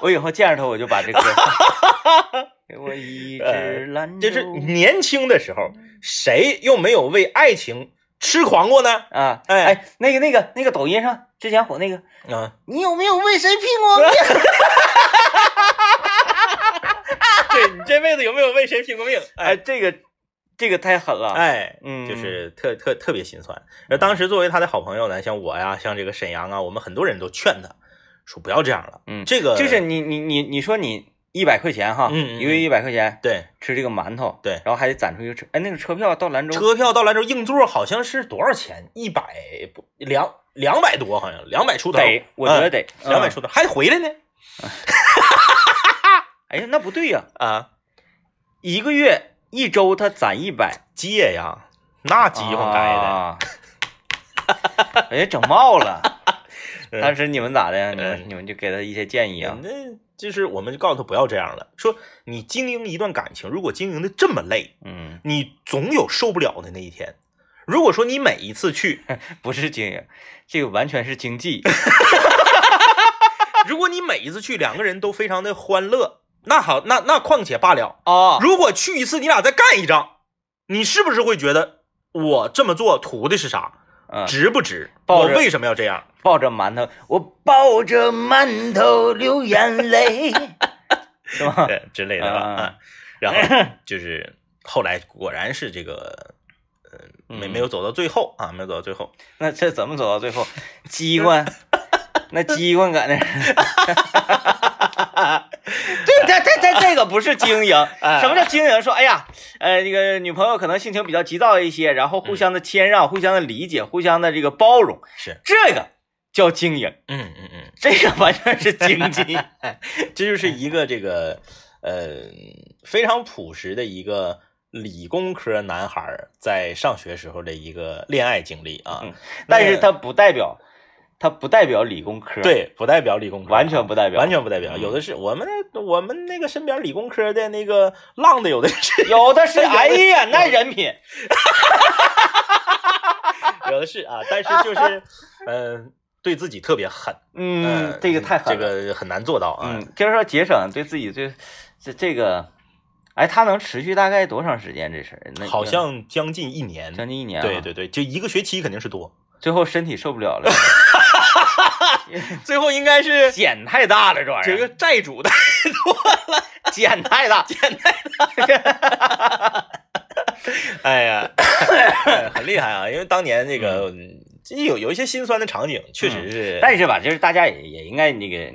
[SPEAKER 2] 我以后见着他我就把 这歌放，给我一只兰州。
[SPEAKER 1] 就是年轻的时候，谁又没有为爱情痴狂过呢？
[SPEAKER 2] 啊，
[SPEAKER 1] 哎
[SPEAKER 2] 哎，那个那个那个抖音上之前火那个，
[SPEAKER 1] 啊，
[SPEAKER 2] 你有没有为谁拼过命？
[SPEAKER 1] 对你这辈子有没有为谁拼过命？
[SPEAKER 2] 哎，，这个这个太狠了。
[SPEAKER 1] 哎，
[SPEAKER 2] 嗯
[SPEAKER 1] 就是特特特别心酸。而当时作为他的好朋友呢，像我呀，像这个沈阳啊，我们很多人都劝他说不要这样了。
[SPEAKER 2] 嗯
[SPEAKER 1] 这个
[SPEAKER 2] 就是你你你你说你一百块钱哈，
[SPEAKER 1] 嗯嗯
[SPEAKER 2] 一个月一百块钱
[SPEAKER 1] 对
[SPEAKER 2] 吃这个馒头，
[SPEAKER 1] 对
[SPEAKER 2] 然后还得攒出一个车，哎，那个车票到兰州，
[SPEAKER 1] 车票到兰州硬座好像是多少钱？一百不两两百多，好像两百出头。
[SPEAKER 2] 得，我觉得
[SPEAKER 1] 得
[SPEAKER 2] 得
[SPEAKER 1] 两百
[SPEAKER 2] 嗯
[SPEAKER 1] 出头，还得回来呢
[SPEAKER 2] 哎呀，那不对呀，
[SPEAKER 1] 啊！
[SPEAKER 2] 一个月一周他攒一百，
[SPEAKER 1] 借呀，那急
[SPEAKER 2] 饥
[SPEAKER 1] 哄该的。
[SPEAKER 2] 的。哎呀，整冒了。
[SPEAKER 1] 嗯
[SPEAKER 2] 当时你们咋的呀？你
[SPEAKER 1] 嗯
[SPEAKER 2] 们你们就给他一些建议啊？
[SPEAKER 1] 那就是我们就告诉他不要这样了，说你经营一段感情，如果经营的这么累，
[SPEAKER 2] 嗯，
[SPEAKER 1] 你总有受不了的那一天。如果说你每一次去，
[SPEAKER 2] 嗯不是经营，这个完全是经济。
[SPEAKER 1] 如果你每一次去两个人都非常的欢乐，那好，那那况且罢了。
[SPEAKER 2] 啊，
[SPEAKER 1] 如果去一次你俩再干一仗，你是不是会觉得我这么做图的是啥？
[SPEAKER 2] 嗯，
[SPEAKER 1] 值不值？
[SPEAKER 2] 抱
[SPEAKER 1] 我
[SPEAKER 2] 着
[SPEAKER 1] 为什么要这样？
[SPEAKER 2] 抱着馒头，我抱着馒头流眼 泪，是吧？
[SPEAKER 1] 对之类的吧。
[SPEAKER 2] 啊
[SPEAKER 1] 啊，然后就是后来果然是这个，呃，
[SPEAKER 2] 嗯
[SPEAKER 1] 没没有走到最后啊，没有走到最后。
[SPEAKER 2] 那这怎么走到最后？机 关，那机关搁那儿。这这这这这个不是经营，
[SPEAKER 1] 哎
[SPEAKER 2] 什么叫经营？说哎呀，呃，这个女朋友可能性情比较急躁一些，然后互相的谦让、互相的理解、互相的这个包容，
[SPEAKER 1] 是，
[SPEAKER 2] 这个叫经营，
[SPEAKER 1] 嗯嗯嗯，
[SPEAKER 2] 这个完全是经 济。
[SPEAKER 1] 这就是一个这个呃非常朴实的一个理工科男孩儿在上学时候的一个恋爱经历啊。
[SPEAKER 2] 嗯但是它不代表，它不代表理工科，，
[SPEAKER 1] 对，不代表理工科，
[SPEAKER 2] 完全不代表，
[SPEAKER 1] 完全不代表。
[SPEAKER 2] 嗯
[SPEAKER 1] 有的是我们那我们那个身边理工科的那个 浪的，有的是
[SPEAKER 2] 有的是，哎呀，那人品，
[SPEAKER 1] 有的是啊，但是 就是嗯、呃对自己特别狠。呃
[SPEAKER 2] 嗯，这个太
[SPEAKER 1] 哎
[SPEAKER 2] 狠
[SPEAKER 1] 这
[SPEAKER 2] 了，
[SPEAKER 1] 个很难做到啊。
[SPEAKER 2] 嗯，就是说节省对自己最这这个，哎，它能持续大概多长时间？这事儿，那
[SPEAKER 1] 好像将近一年，啊
[SPEAKER 2] 将近一年、
[SPEAKER 1] 对，对对，就一个学期肯定是多，
[SPEAKER 2] 最后身体受不了了，
[SPEAKER 1] 最后应该是
[SPEAKER 2] 茧太大了，这玩意
[SPEAKER 1] 这个
[SPEAKER 2] 儿，
[SPEAKER 1] 债主的
[SPEAKER 2] 茧太大，
[SPEAKER 1] 简单。 哎 呀，哎很厉害啊！因为当年这个嗯这有有一些心酸的场景，确实是，
[SPEAKER 2] 但是吧，就是大家也也应该那个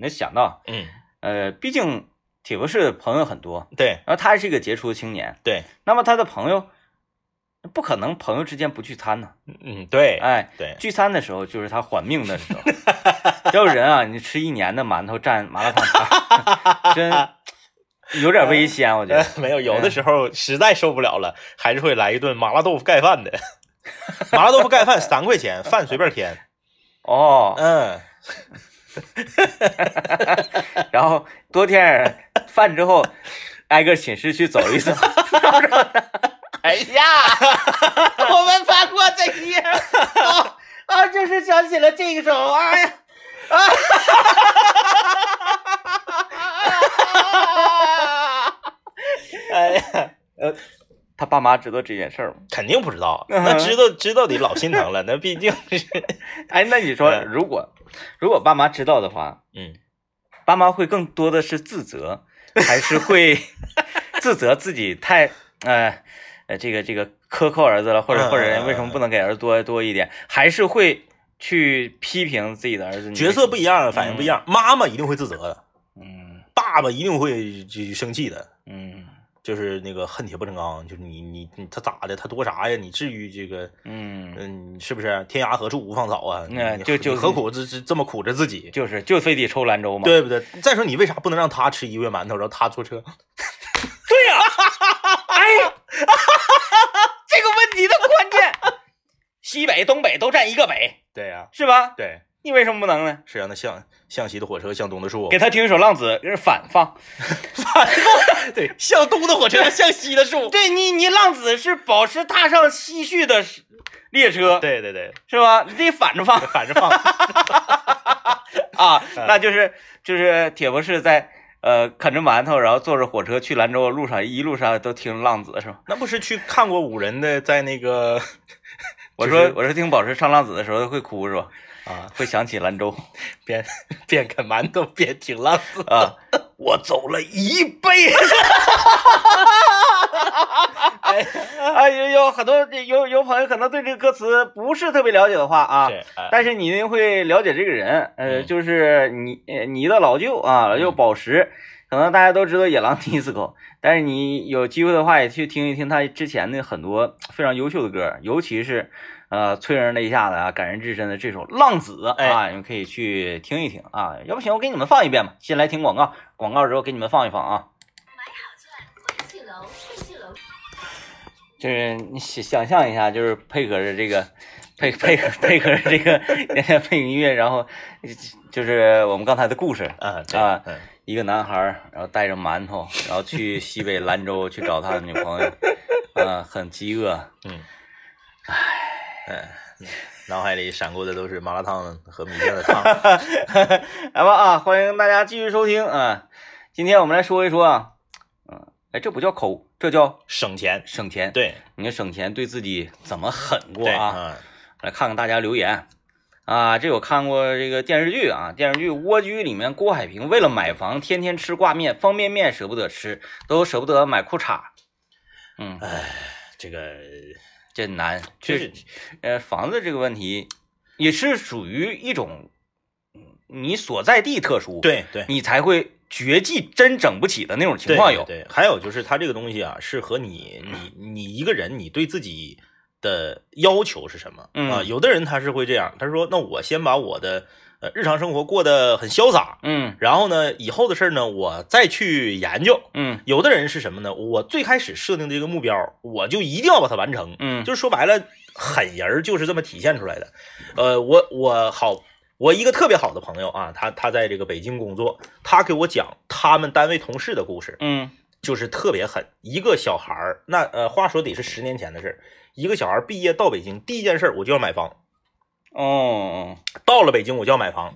[SPEAKER 2] 能想到，
[SPEAKER 1] 嗯，
[SPEAKER 2] 呃，毕竟铁博士的朋友很多，
[SPEAKER 1] 对
[SPEAKER 2] 然后他是一个杰出的青年，
[SPEAKER 1] 对，
[SPEAKER 2] 那么他的朋友不可能朋友之间不聚餐呢。
[SPEAKER 1] 嗯对
[SPEAKER 2] 哎，
[SPEAKER 1] 对，
[SPEAKER 2] 聚餐的时候就是他缓命的时候。要是人啊，你吃一年的馒头蘸麻辣烫汤， 真有点危险，我觉得。
[SPEAKER 1] 呃 没有，有的时候实在受不了了，还是会来一顿麻辣豆腐盖饭的。 麻辣豆腐盖饭三块钱，饭随便 添。
[SPEAKER 2] 哦，
[SPEAKER 1] 嗯，
[SPEAKER 2] 然后多添点饭之后，挨个寝室去走 一走。
[SPEAKER 1] 哎呀，
[SPEAKER 2] 我们翻过这一页，啊啊，就是想起了这首，哎呀， 啊，
[SPEAKER 1] 哎呀。
[SPEAKER 2] 呃他爸妈知道这件事儿吗？
[SPEAKER 1] 肯定不知道，
[SPEAKER 2] 嗯
[SPEAKER 1] 那知道知道得老心疼了，那毕竟是，
[SPEAKER 2] 哎，那你说，
[SPEAKER 1] 嗯
[SPEAKER 2] 如果如果爸妈知道的话，
[SPEAKER 1] 嗯，
[SPEAKER 2] 爸妈会更多的是自责，还 是会自责自己太呃呃这个这个克扣儿子了，或者
[SPEAKER 1] 嗯
[SPEAKER 2] 或者
[SPEAKER 1] 嗯嗯
[SPEAKER 2] 人为什么不能给儿子多多一点，还是会去批评自己的儿子？你
[SPEAKER 1] 角
[SPEAKER 2] 为
[SPEAKER 1] 色
[SPEAKER 2] 什嗯
[SPEAKER 1] 不一样，反应不一样，妈妈一定会自责的，
[SPEAKER 2] 么，
[SPEAKER 1] 爸爸一定会就生气的，
[SPEAKER 2] 嗯
[SPEAKER 1] 就是那个恨铁不成钢，就是你你你他咋的，他多啥呀？你至于这个？
[SPEAKER 2] 嗯，
[SPEAKER 1] 嗯，是不是？天涯何处无芳草啊？你
[SPEAKER 2] 那
[SPEAKER 1] 你
[SPEAKER 2] 就
[SPEAKER 1] 何
[SPEAKER 2] 就
[SPEAKER 1] 你何苦这这这么苦着自己，
[SPEAKER 2] 就是就非得抽兰州嘛。
[SPEAKER 1] 对不对？再说你为啥不能让他吃一个月馒头，然后他坐车？
[SPEAKER 2] 对呀、哎，这个问题的关键，西北、东北都占一个北，
[SPEAKER 1] 对呀、
[SPEAKER 2] 是吧？
[SPEAKER 1] 对，
[SPEAKER 2] 你为什么不能呢？
[SPEAKER 1] 是让他向向西的火车，向东的树
[SPEAKER 2] 给，他听一首《浪子》，就是反放。
[SPEAKER 1] 对，向东的火车，向西的树。
[SPEAKER 2] 对你，你《浪子》是保时踏上西去的列 车，
[SPEAKER 1] 对对对，
[SPEAKER 2] 是吧？你得反着放
[SPEAKER 1] 反正放
[SPEAKER 2] 啊，那就是就是铁博士在呃啃着馒头，然后坐着火车去兰州，路上一路上都听《浪子》，是吧？
[SPEAKER 1] 那不是去看过五人的，在那个
[SPEAKER 2] 我
[SPEAKER 1] 就是
[SPEAKER 2] 说我是听宝石唱《浪子》的时候会哭是吧？
[SPEAKER 1] 啊，
[SPEAKER 2] 会想起兰 州
[SPEAKER 1] 边边啃馒头边挺浪子。
[SPEAKER 2] 啊，我走了一辈子。
[SPEAKER 1] 哎，
[SPEAKER 2] 啊，有有很多有有朋友可能对这个歌词不是特别了解的话啊，
[SPEAKER 1] 是啊
[SPEAKER 2] 但是你一定会了解这个人，呃，
[SPEAKER 1] 嗯
[SPEAKER 2] 就是你呃你的老舅啊，老舅宝石，可能大家都知道野狼 disco，但是你有机会的话也去听一听他之前的很多非常优秀的歌，尤其是呃催人泪下的啊，感人至深的这首《浪子》啊，
[SPEAKER 1] 哎
[SPEAKER 2] 你们可以去听一听啊，要不行我给你们放一遍吧，先来听广告，广告之后给你们放一放啊。
[SPEAKER 3] 汇聚楼，汇聚楼。
[SPEAKER 2] 就是你想想象一下，就是配合着这个， 配配合配合着这个 配音乐，然后就是我们刚才的故事，
[SPEAKER 1] 啊
[SPEAKER 2] 啊
[SPEAKER 1] 嗯，
[SPEAKER 2] 一个男孩儿，然后带着馒头，然后去西北兰州去找他的女朋友，啊，很饥饿，
[SPEAKER 1] 嗯，脑海里闪过的都是麻辣烫和米线的烫。
[SPEAKER 2] 来吧啊，欢迎大家继续收听啊，今天我们来说一说啊，嗯，哎，这不叫抠，这叫
[SPEAKER 1] 省钱，
[SPEAKER 2] 省钱，，
[SPEAKER 1] 对，
[SPEAKER 2] 你看省钱对自己怎么狠过
[SPEAKER 1] 对
[SPEAKER 2] 啊？
[SPEAKER 1] 啊，
[SPEAKER 2] 来看看大家留言啊，这有看过这个电视剧啊，电视剧《蜗居》里面郭海平为了买房，天天吃挂面、方便面舍不得吃，都舍不得买裤衩。嗯，
[SPEAKER 1] 这个
[SPEAKER 2] 这难，
[SPEAKER 1] 哎确
[SPEAKER 2] 这
[SPEAKER 1] 实
[SPEAKER 2] 呃，房子这个问题也是属于一种嗯你所在地特殊，，
[SPEAKER 1] 对对。
[SPEAKER 2] 你才会绝技真整不起的那种情
[SPEAKER 1] 对
[SPEAKER 2] 况有。
[SPEAKER 1] 对对还有就是它这个东西啊，是和你你你一个人你对自己的要求是什么、
[SPEAKER 2] 嗯
[SPEAKER 1] 啊？有的人他是会这样，他说那我先把我的呃日常生活过得很潇洒，
[SPEAKER 2] 嗯
[SPEAKER 1] 然后呢以后的事儿呢我再去研究。
[SPEAKER 2] 嗯
[SPEAKER 1] 有的人是什么呢？我最开始设定这个目标，我就一定要把它完成。
[SPEAKER 2] 嗯，
[SPEAKER 1] 就是说白了，狠人儿就是这么体现出来的。呃，我我好，我一个特别好的朋友啊，他他在这个北京工作，他给我讲他们单位同事的故事，
[SPEAKER 2] 嗯
[SPEAKER 1] 就是特别狠。一个小孩儿，那呃，话说得是十年前的事儿。一个小孩儿毕业到北京，第一件事儿我就要买房。
[SPEAKER 2] 哦
[SPEAKER 1] 到了北京，我就要买房。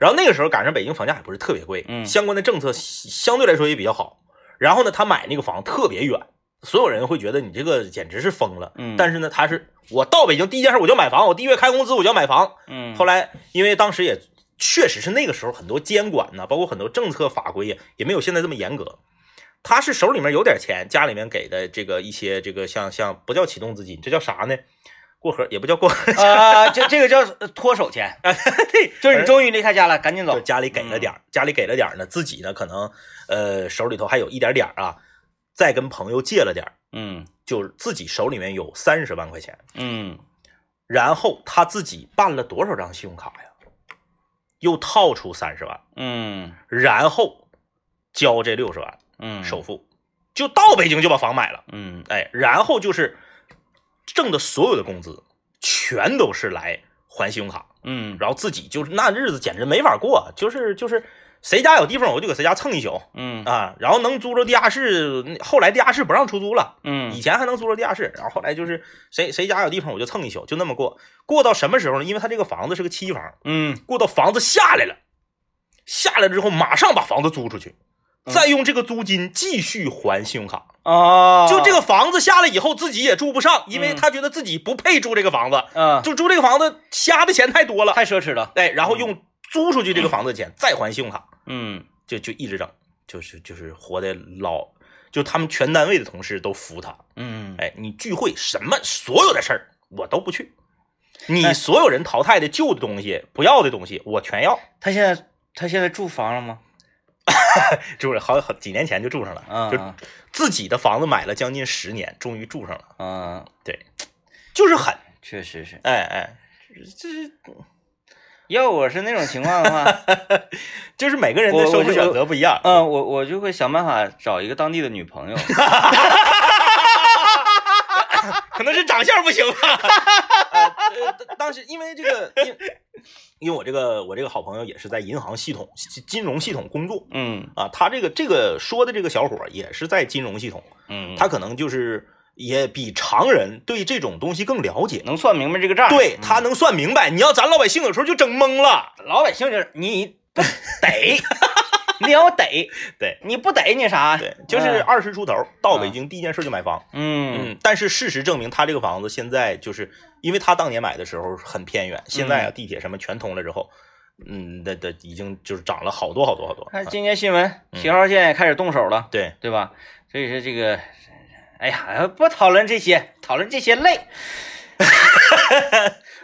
[SPEAKER 1] 然后那个时候赶上北京房价还不是特别贵，
[SPEAKER 2] 嗯
[SPEAKER 1] 相关的政策相对来说也比较好。然后呢，他买那个房特别远，所有人会觉得你这个简直是疯了。
[SPEAKER 2] 嗯
[SPEAKER 1] 但是呢，他是我到北京第一件事我就买房，我第一月开工资我就要买房。
[SPEAKER 2] 嗯，
[SPEAKER 1] 后
[SPEAKER 2] 来
[SPEAKER 1] 来因为当时也确实是那个时候很多监管呐，包括很多政策法规呀，也没有现在这么严格。他是手里面有点钱，家里面给的这个一些这个像像不叫启动资金，这叫啥呢？过河也不叫过河，
[SPEAKER 2] 啊，这这个叫脱手钱，
[SPEAKER 1] 啊 对，
[SPEAKER 2] 就是你终于离开家了，赶紧走
[SPEAKER 1] 就。家里给了点儿，家里给了点儿呢，自己呢可能呃手里头还有一点点儿啊，再跟朋友借了点儿，
[SPEAKER 2] 嗯
[SPEAKER 1] 就是自己手里面有三十万块钱，
[SPEAKER 2] 嗯
[SPEAKER 1] 然后他自己办了多少张信用卡呀？又套出三十万，
[SPEAKER 2] 嗯
[SPEAKER 1] 然后交这六十万
[SPEAKER 2] 嗯，
[SPEAKER 1] 首付，就到北京就把房买了，
[SPEAKER 2] 嗯
[SPEAKER 1] 哎，然后就是挣的所有的工资全都是来还信用卡，
[SPEAKER 2] 嗯
[SPEAKER 1] 然后自己就是那日子简直没法过，就是就是谁家有地方我就给谁家蹭一宿
[SPEAKER 2] 嗯
[SPEAKER 1] 啊，然后能租着地下室，那后来地下室不让出租了，以
[SPEAKER 2] 嗯
[SPEAKER 1] 前还能租着地下室，然后后来就是谁谁家有地方我就蹭一宿，就那么过，过到什么时候呢？因为他这个房子是个期房，
[SPEAKER 2] 嗯
[SPEAKER 1] 过到房子下来了，下来之后马上把房子租出去。再用这个租金继续还信用卡，
[SPEAKER 2] 嗯啊，
[SPEAKER 1] 就这个房子下来以后自己也住不上，因为
[SPEAKER 2] 嗯
[SPEAKER 1] 他觉得自己不配住这个房子，
[SPEAKER 2] 啊，
[SPEAKER 1] 就住这个房子瞎的钱太多了，
[SPEAKER 2] 太奢侈了。
[SPEAKER 1] 哎，然后用租出去这个房子的钱再还信用卡，
[SPEAKER 2] 嗯
[SPEAKER 1] 就就一直整，就是就是活的老，就他们全单位的同事都服他。
[SPEAKER 2] 嗯
[SPEAKER 1] 哎，你聚会什么所有的事儿我都不去，
[SPEAKER 2] 哎
[SPEAKER 1] 你所有人淘汰的旧的东西、不要的东西我全要。
[SPEAKER 2] 他现在他现在住房了吗？
[SPEAKER 1] 住了好好几年前就住上了，
[SPEAKER 2] 啊
[SPEAKER 1] 就自己的房子买了将近十年，终于住上了，
[SPEAKER 2] 啊，
[SPEAKER 1] 对，就是狠，
[SPEAKER 2] 确实是。
[SPEAKER 1] 哎哎，
[SPEAKER 2] 要我是那种情况 的话，
[SPEAKER 1] 就是每个人的
[SPEAKER 2] 我
[SPEAKER 1] 生
[SPEAKER 2] 我
[SPEAKER 1] 活
[SPEAKER 2] 就
[SPEAKER 1] 选择不一样，
[SPEAKER 2] 嗯，我我就会想办法找一个当地的女朋友。
[SPEAKER 1] 可能是长相不行吧。呃， 当当时因为这个，因因为我这个我这个好朋友也是在银行系统、金金融系统工作
[SPEAKER 2] 嗯
[SPEAKER 1] 啊，他这个这个说的这个小伙儿也是在金融系统，
[SPEAKER 2] 嗯，
[SPEAKER 1] 他可能就是也比常人对这种东西更了解，
[SPEAKER 2] 能算明白这个账。
[SPEAKER 1] 对他能算明白。你要咱老百姓有时候就整懵了，
[SPEAKER 2] 老百姓就是你不得，你要得，
[SPEAKER 1] 对
[SPEAKER 2] 你不得你啥？
[SPEAKER 1] 对，
[SPEAKER 2] 哎
[SPEAKER 1] 就是二十出头到北京第一件事就买房，
[SPEAKER 2] 嗯
[SPEAKER 1] 嗯，但是事实证明，他这个房子现在就是因为他当年买的时候很偏远，现在啊
[SPEAKER 2] 嗯
[SPEAKER 1] 地铁什么全通了之后，嗯，那那已经就是涨了好多好多好多。
[SPEAKER 2] 看
[SPEAKER 1] 啊
[SPEAKER 2] 今年新闻，
[SPEAKER 1] 嗯
[SPEAKER 2] 七号线也开始动手了，
[SPEAKER 1] 对，
[SPEAKER 2] 对吧？所以说这个，哎呀，不讨论这些，讨论这些累。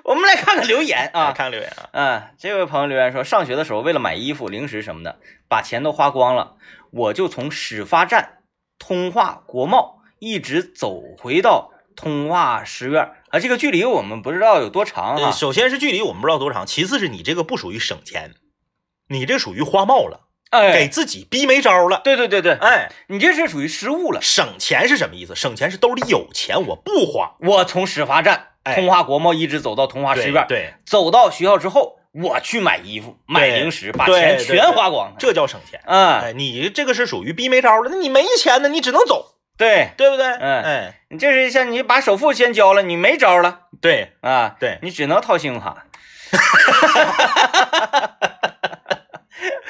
[SPEAKER 2] 我们来看看留言
[SPEAKER 1] 来
[SPEAKER 2] 啊，
[SPEAKER 1] 看留言啊，
[SPEAKER 2] 啊，这位朋友留言说，上学的时候为了买衣服、零食什么的，把钱都花光了，我就从始发站、通化、国贸一直走回到通化十院啊，这个距离我们不知道有多长
[SPEAKER 1] 呃
[SPEAKER 2] 啊。
[SPEAKER 1] 首先是距离我们不知道多长，其次是你这个不属于省钱，你这属于花帽了，给
[SPEAKER 2] 哎，
[SPEAKER 1] 自己逼没招了。
[SPEAKER 2] 对对对对，
[SPEAKER 1] 哎，
[SPEAKER 2] 你这是属于失误了。
[SPEAKER 1] 省钱是什么意思？省钱是兜里有钱我不花。
[SPEAKER 2] 我从始发站、
[SPEAKER 1] 哎
[SPEAKER 2] 通化国贸啊一直走到通化十
[SPEAKER 1] 对
[SPEAKER 2] 院，
[SPEAKER 1] 对，
[SPEAKER 2] 走到学校之后，我去买衣服、买
[SPEAKER 1] 对
[SPEAKER 2] 零食，把
[SPEAKER 1] 对
[SPEAKER 2] 钱
[SPEAKER 1] 对
[SPEAKER 2] 全花光了。
[SPEAKER 1] 这叫省钱。
[SPEAKER 2] 嗯，
[SPEAKER 1] 哎，你这个是属于逼没招了，那你没钱呢，你只能走，
[SPEAKER 2] 对，
[SPEAKER 1] 对不对？
[SPEAKER 2] 嗯
[SPEAKER 1] 哎，
[SPEAKER 2] 你这是像你把首付先交了，你没招了
[SPEAKER 1] 对
[SPEAKER 2] 啊。
[SPEAKER 1] 对，
[SPEAKER 2] 你只能掏信用卡。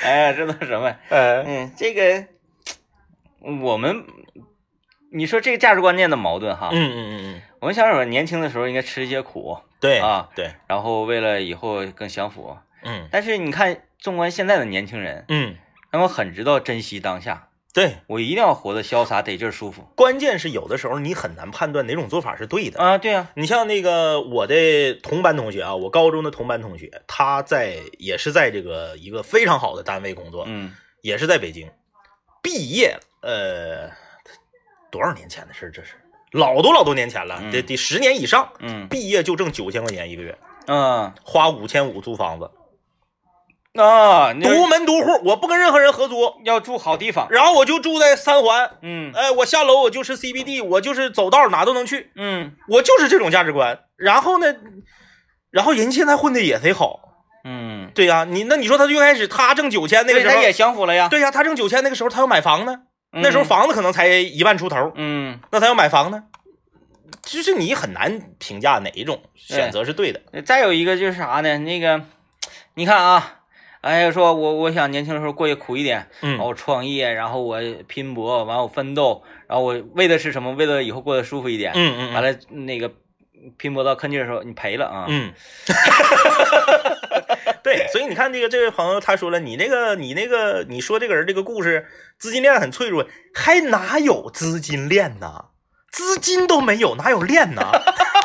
[SPEAKER 2] 哎，这都是什么？
[SPEAKER 1] 哎。
[SPEAKER 2] 嗯，这个我们，你说这个价值观念的矛盾哈。
[SPEAKER 1] 嗯嗯嗯嗯，
[SPEAKER 2] 我们想想，年轻的时候应该吃一些苦，
[SPEAKER 1] 对
[SPEAKER 2] 啊
[SPEAKER 1] 对，
[SPEAKER 2] 然后为了以后更享福。
[SPEAKER 1] 嗯
[SPEAKER 2] 但是你看，纵观现在的年轻人，
[SPEAKER 1] 嗯，
[SPEAKER 2] 他们很知道珍惜当下，
[SPEAKER 1] 对，
[SPEAKER 2] 我一定要活得潇洒、得劲儿、舒服。
[SPEAKER 1] 关键是有的时候你很难判断哪种做法是对的。
[SPEAKER 2] 啊，对呀、
[SPEAKER 1] 你像那个我的同班同学啊，我高中的同班同学，他在也是在这个一个非常好的单位工作，
[SPEAKER 2] 嗯
[SPEAKER 1] 也是在北京，毕业呃多少年前的事儿这是老多老多年前了，
[SPEAKER 2] 嗯
[SPEAKER 1] 得得十年以上，
[SPEAKER 2] 嗯
[SPEAKER 1] 毕业就挣九千块钱一个月，
[SPEAKER 2] 啊
[SPEAKER 1] 花五千五租房子，
[SPEAKER 2] 啊，你
[SPEAKER 1] 独门独户，我不跟任何人合租，
[SPEAKER 2] 要住好地方。
[SPEAKER 1] 然后我就住在三环，
[SPEAKER 2] 嗯
[SPEAKER 1] 哎，我下楼我就是 CBD，我就是走道哪都能去，
[SPEAKER 2] 嗯
[SPEAKER 1] 我就是这种价值观。然后呢，然后人现在混的也贼好，
[SPEAKER 2] 嗯，
[SPEAKER 1] 对呀、你那你说他最开始他挣九千那个
[SPEAKER 2] 对，
[SPEAKER 1] 时候，
[SPEAKER 2] 他也享福了呀。
[SPEAKER 1] 对呀、他挣九千那个时候他要买房呢，
[SPEAKER 2] 嗯
[SPEAKER 1] 那时候，房子可能才一万出头，
[SPEAKER 2] 嗯，
[SPEAKER 1] 那他要买房呢，就是你很难评价哪一种选择是对的。
[SPEAKER 2] 再有一个就是啥呢？那个，你看啊，哎呀，说我我想年轻的时候过得苦一点，
[SPEAKER 1] 嗯
[SPEAKER 2] 然后我创业，然后我拼搏，完我奋斗，然后我为的是什么？为了以后过得舒服一点。
[SPEAKER 1] 嗯嗯，
[SPEAKER 2] 完
[SPEAKER 1] 了，
[SPEAKER 2] 了那个拼搏到坑劲儿的时候，你赔了啊。
[SPEAKER 1] 嗯。对，所以你看这个这位朋友，他说了，你那个你那个你说这个人这个故事，资金链很脆弱，还哪有资金链呢？资金都没有，哪有链呢？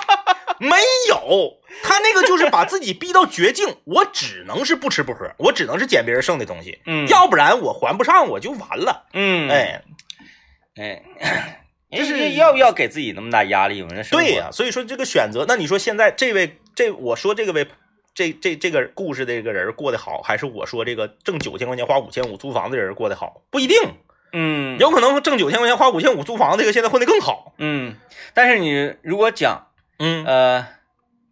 [SPEAKER 1] 没有，他那个就是把自己逼到绝境，我只能是不吃不喝，我只能是捡别人剩的东西，
[SPEAKER 2] 嗯
[SPEAKER 1] 要不然我还不上我就完了。
[SPEAKER 2] 嗯，
[SPEAKER 1] 哎，
[SPEAKER 2] 哎，
[SPEAKER 1] 就
[SPEAKER 2] 就是是要不要给自己那么大压力？我们这生活
[SPEAKER 1] 哎对呀、所以说这个选择，那你说现在这位这我说这个位这这这个故事的这个人过得好，还是我说这个挣九千块钱花五千五租房的人过得好？不一定，
[SPEAKER 2] 嗯，
[SPEAKER 1] 有可能挣九千块钱花五千五租房这个现在混得更好。
[SPEAKER 2] 嗯，但是你如果讲
[SPEAKER 1] 嗯，
[SPEAKER 2] 呃，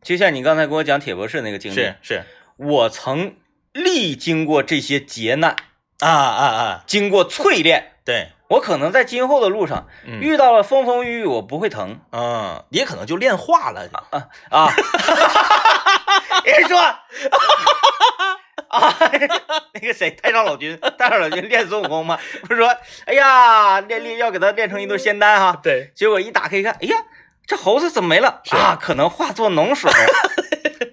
[SPEAKER 2] 就像你刚才跟我讲铁博士那个经历
[SPEAKER 1] 是，是
[SPEAKER 2] 我曾历经过这些劫难，
[SPEAKER 1] 啊啊啊，
[SPEAKER 2] 经过淬炼，
[SPEAKER 1] 对，
[SPEAKER 2] 我可能在今后的路上
[SPEAKER 1] 嗯
[SPEAKER 2] 遇到了风风雨雨，我不会疼
[SPEAKER 1] 嗯，也可能就练化了。
[SPEAKER 2] 啊。人说。啊， 那个谁，太上老君，太上老君练孙悟空嘛，不是说，哎呀，练练要给他练成一对仙丹哈，
[SPEAKER 1] 对，
[SPEAKER 2] 结果一打开一看，哎呀，这猴子怎么没了啊？可能化作脓水儿。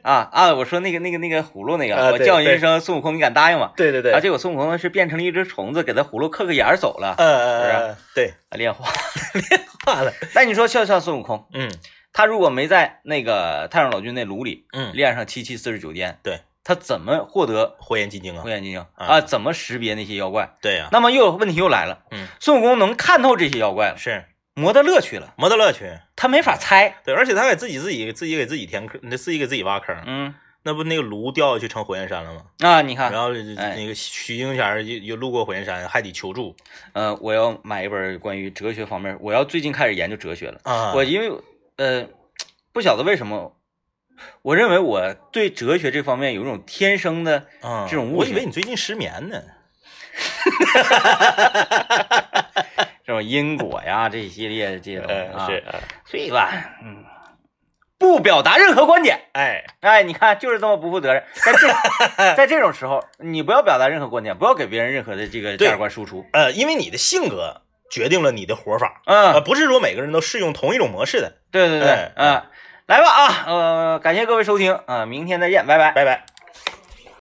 [SPEAKER 2] 啊啊！我说那个那个那个葫芦那个，
[SPEAKER 1] 啊
[SPEAKER 2] 我
[SPEAKER 1] 对
[SPEAKER 2] 叫你
[SPEAKER 1] 对
[SPEAKER 2] 一声孙悟空，你敢答应吗？
[SPEAKER 1] 对对对
[SPEAKER 2] 啊，结果孙悟空是变成了一只虫子，给他葫芦刻个眼儿走了，
[SPEAKER 1] 呃，对，
[SPEAKER 2] 啊炼化。
[SPEAKER 1] 化了。
[SPEAKER 2] 那你说像不像孙悟空？
[SPEAKER 1] 嗯
[SPEAKER 2] 他如果没在那个太上老君那炉里
[SPEAKER 1] 嗯，
[SPEAKER 2] 练上七七四十九天，
[SPEAKER 1] 对，
[SPEAKER 2] 他怎么获得
[SPEAKER 1] 火眼金睛啊
[SPEAKER 2] 火，眼金睛
[SPEAKER 1] 啊
[SPEAKER 2] 啊？怎么识别那些妖怪？
[SPEAKER 1] 对呀、
[SPEAKER 2] 那么又有问题又来了，
[SPEAKER 1] 嗯，
[SPEAKER 2] 孙悟空能看透这些妖怪了，
[SPEAKER 1] 是
[SPEAKER 2] 魔的乐趣了，
[SPEAKER 1] 没得乐趣。
[SPEAKER 2] 他没
[SPEAKER 1] 嗯
[SPEAKER 2] 法猜，
[SPEAKER 1] 对，而且他给自己自己自己给自己填坑，那自己给自己挖坑，
[SPEAKER 2] 嗯
[SPEAKER 1] 那不那个炉掉下去成火焰山了吗？
[SPEAKER 2] 啊，你看
[SPEAKER 1] 然，后就
[SPEAKER 2] 哎
[SPEAKER 1] 那个许英前儿又又路过火焰山，还得求助
[SPEAKER 2] 呃，我要买一本关于哲学方面，我要最近开始研究哲学了。
[SPEAKER 1] 啊。
[SPEAKER 2] 我因为呃，不晓得为什么，我认为我对哲学这方面有一种天生的，
[SPEAKER 1] 啊
[SPEAKER 2] 这种物
[SPEAKER 1] 我以
[SPEAKER 2] 性
[SPEAKER 1] 为你最近失眠呢。
[SPEAKER 2] 这种因果呀这一系列这些东西啊，
[SPEAKER 1] 是，啊
[SPEAKER 2] 所以吧，嗯，不表达任何观点。
[SPEAKER 1] 哎，
[SPEAKER 2] 哎，你看，就是这么不负责任。在 这，在这种时候，你不要表达任何观点，不要给别人任何的这个
[SPEAKER 1] 对
[SPEAKER 2] 价值观输出。
[SPEAKER 1] 呃，因为你的性格决定了你的活法，呃，
[SPEAKER 2] 嗯，
[SPEAKER 1] 不是说每个人都适用同一种模式的。
[SPEAKER 2] 对对对
[SPEAKER 1] 哎，
[SPEAKER 2] 嗯，来吧啊，呃，感谢各位收听啊，明天再见，拜拜。
[SPEAKER 1] 拜拜。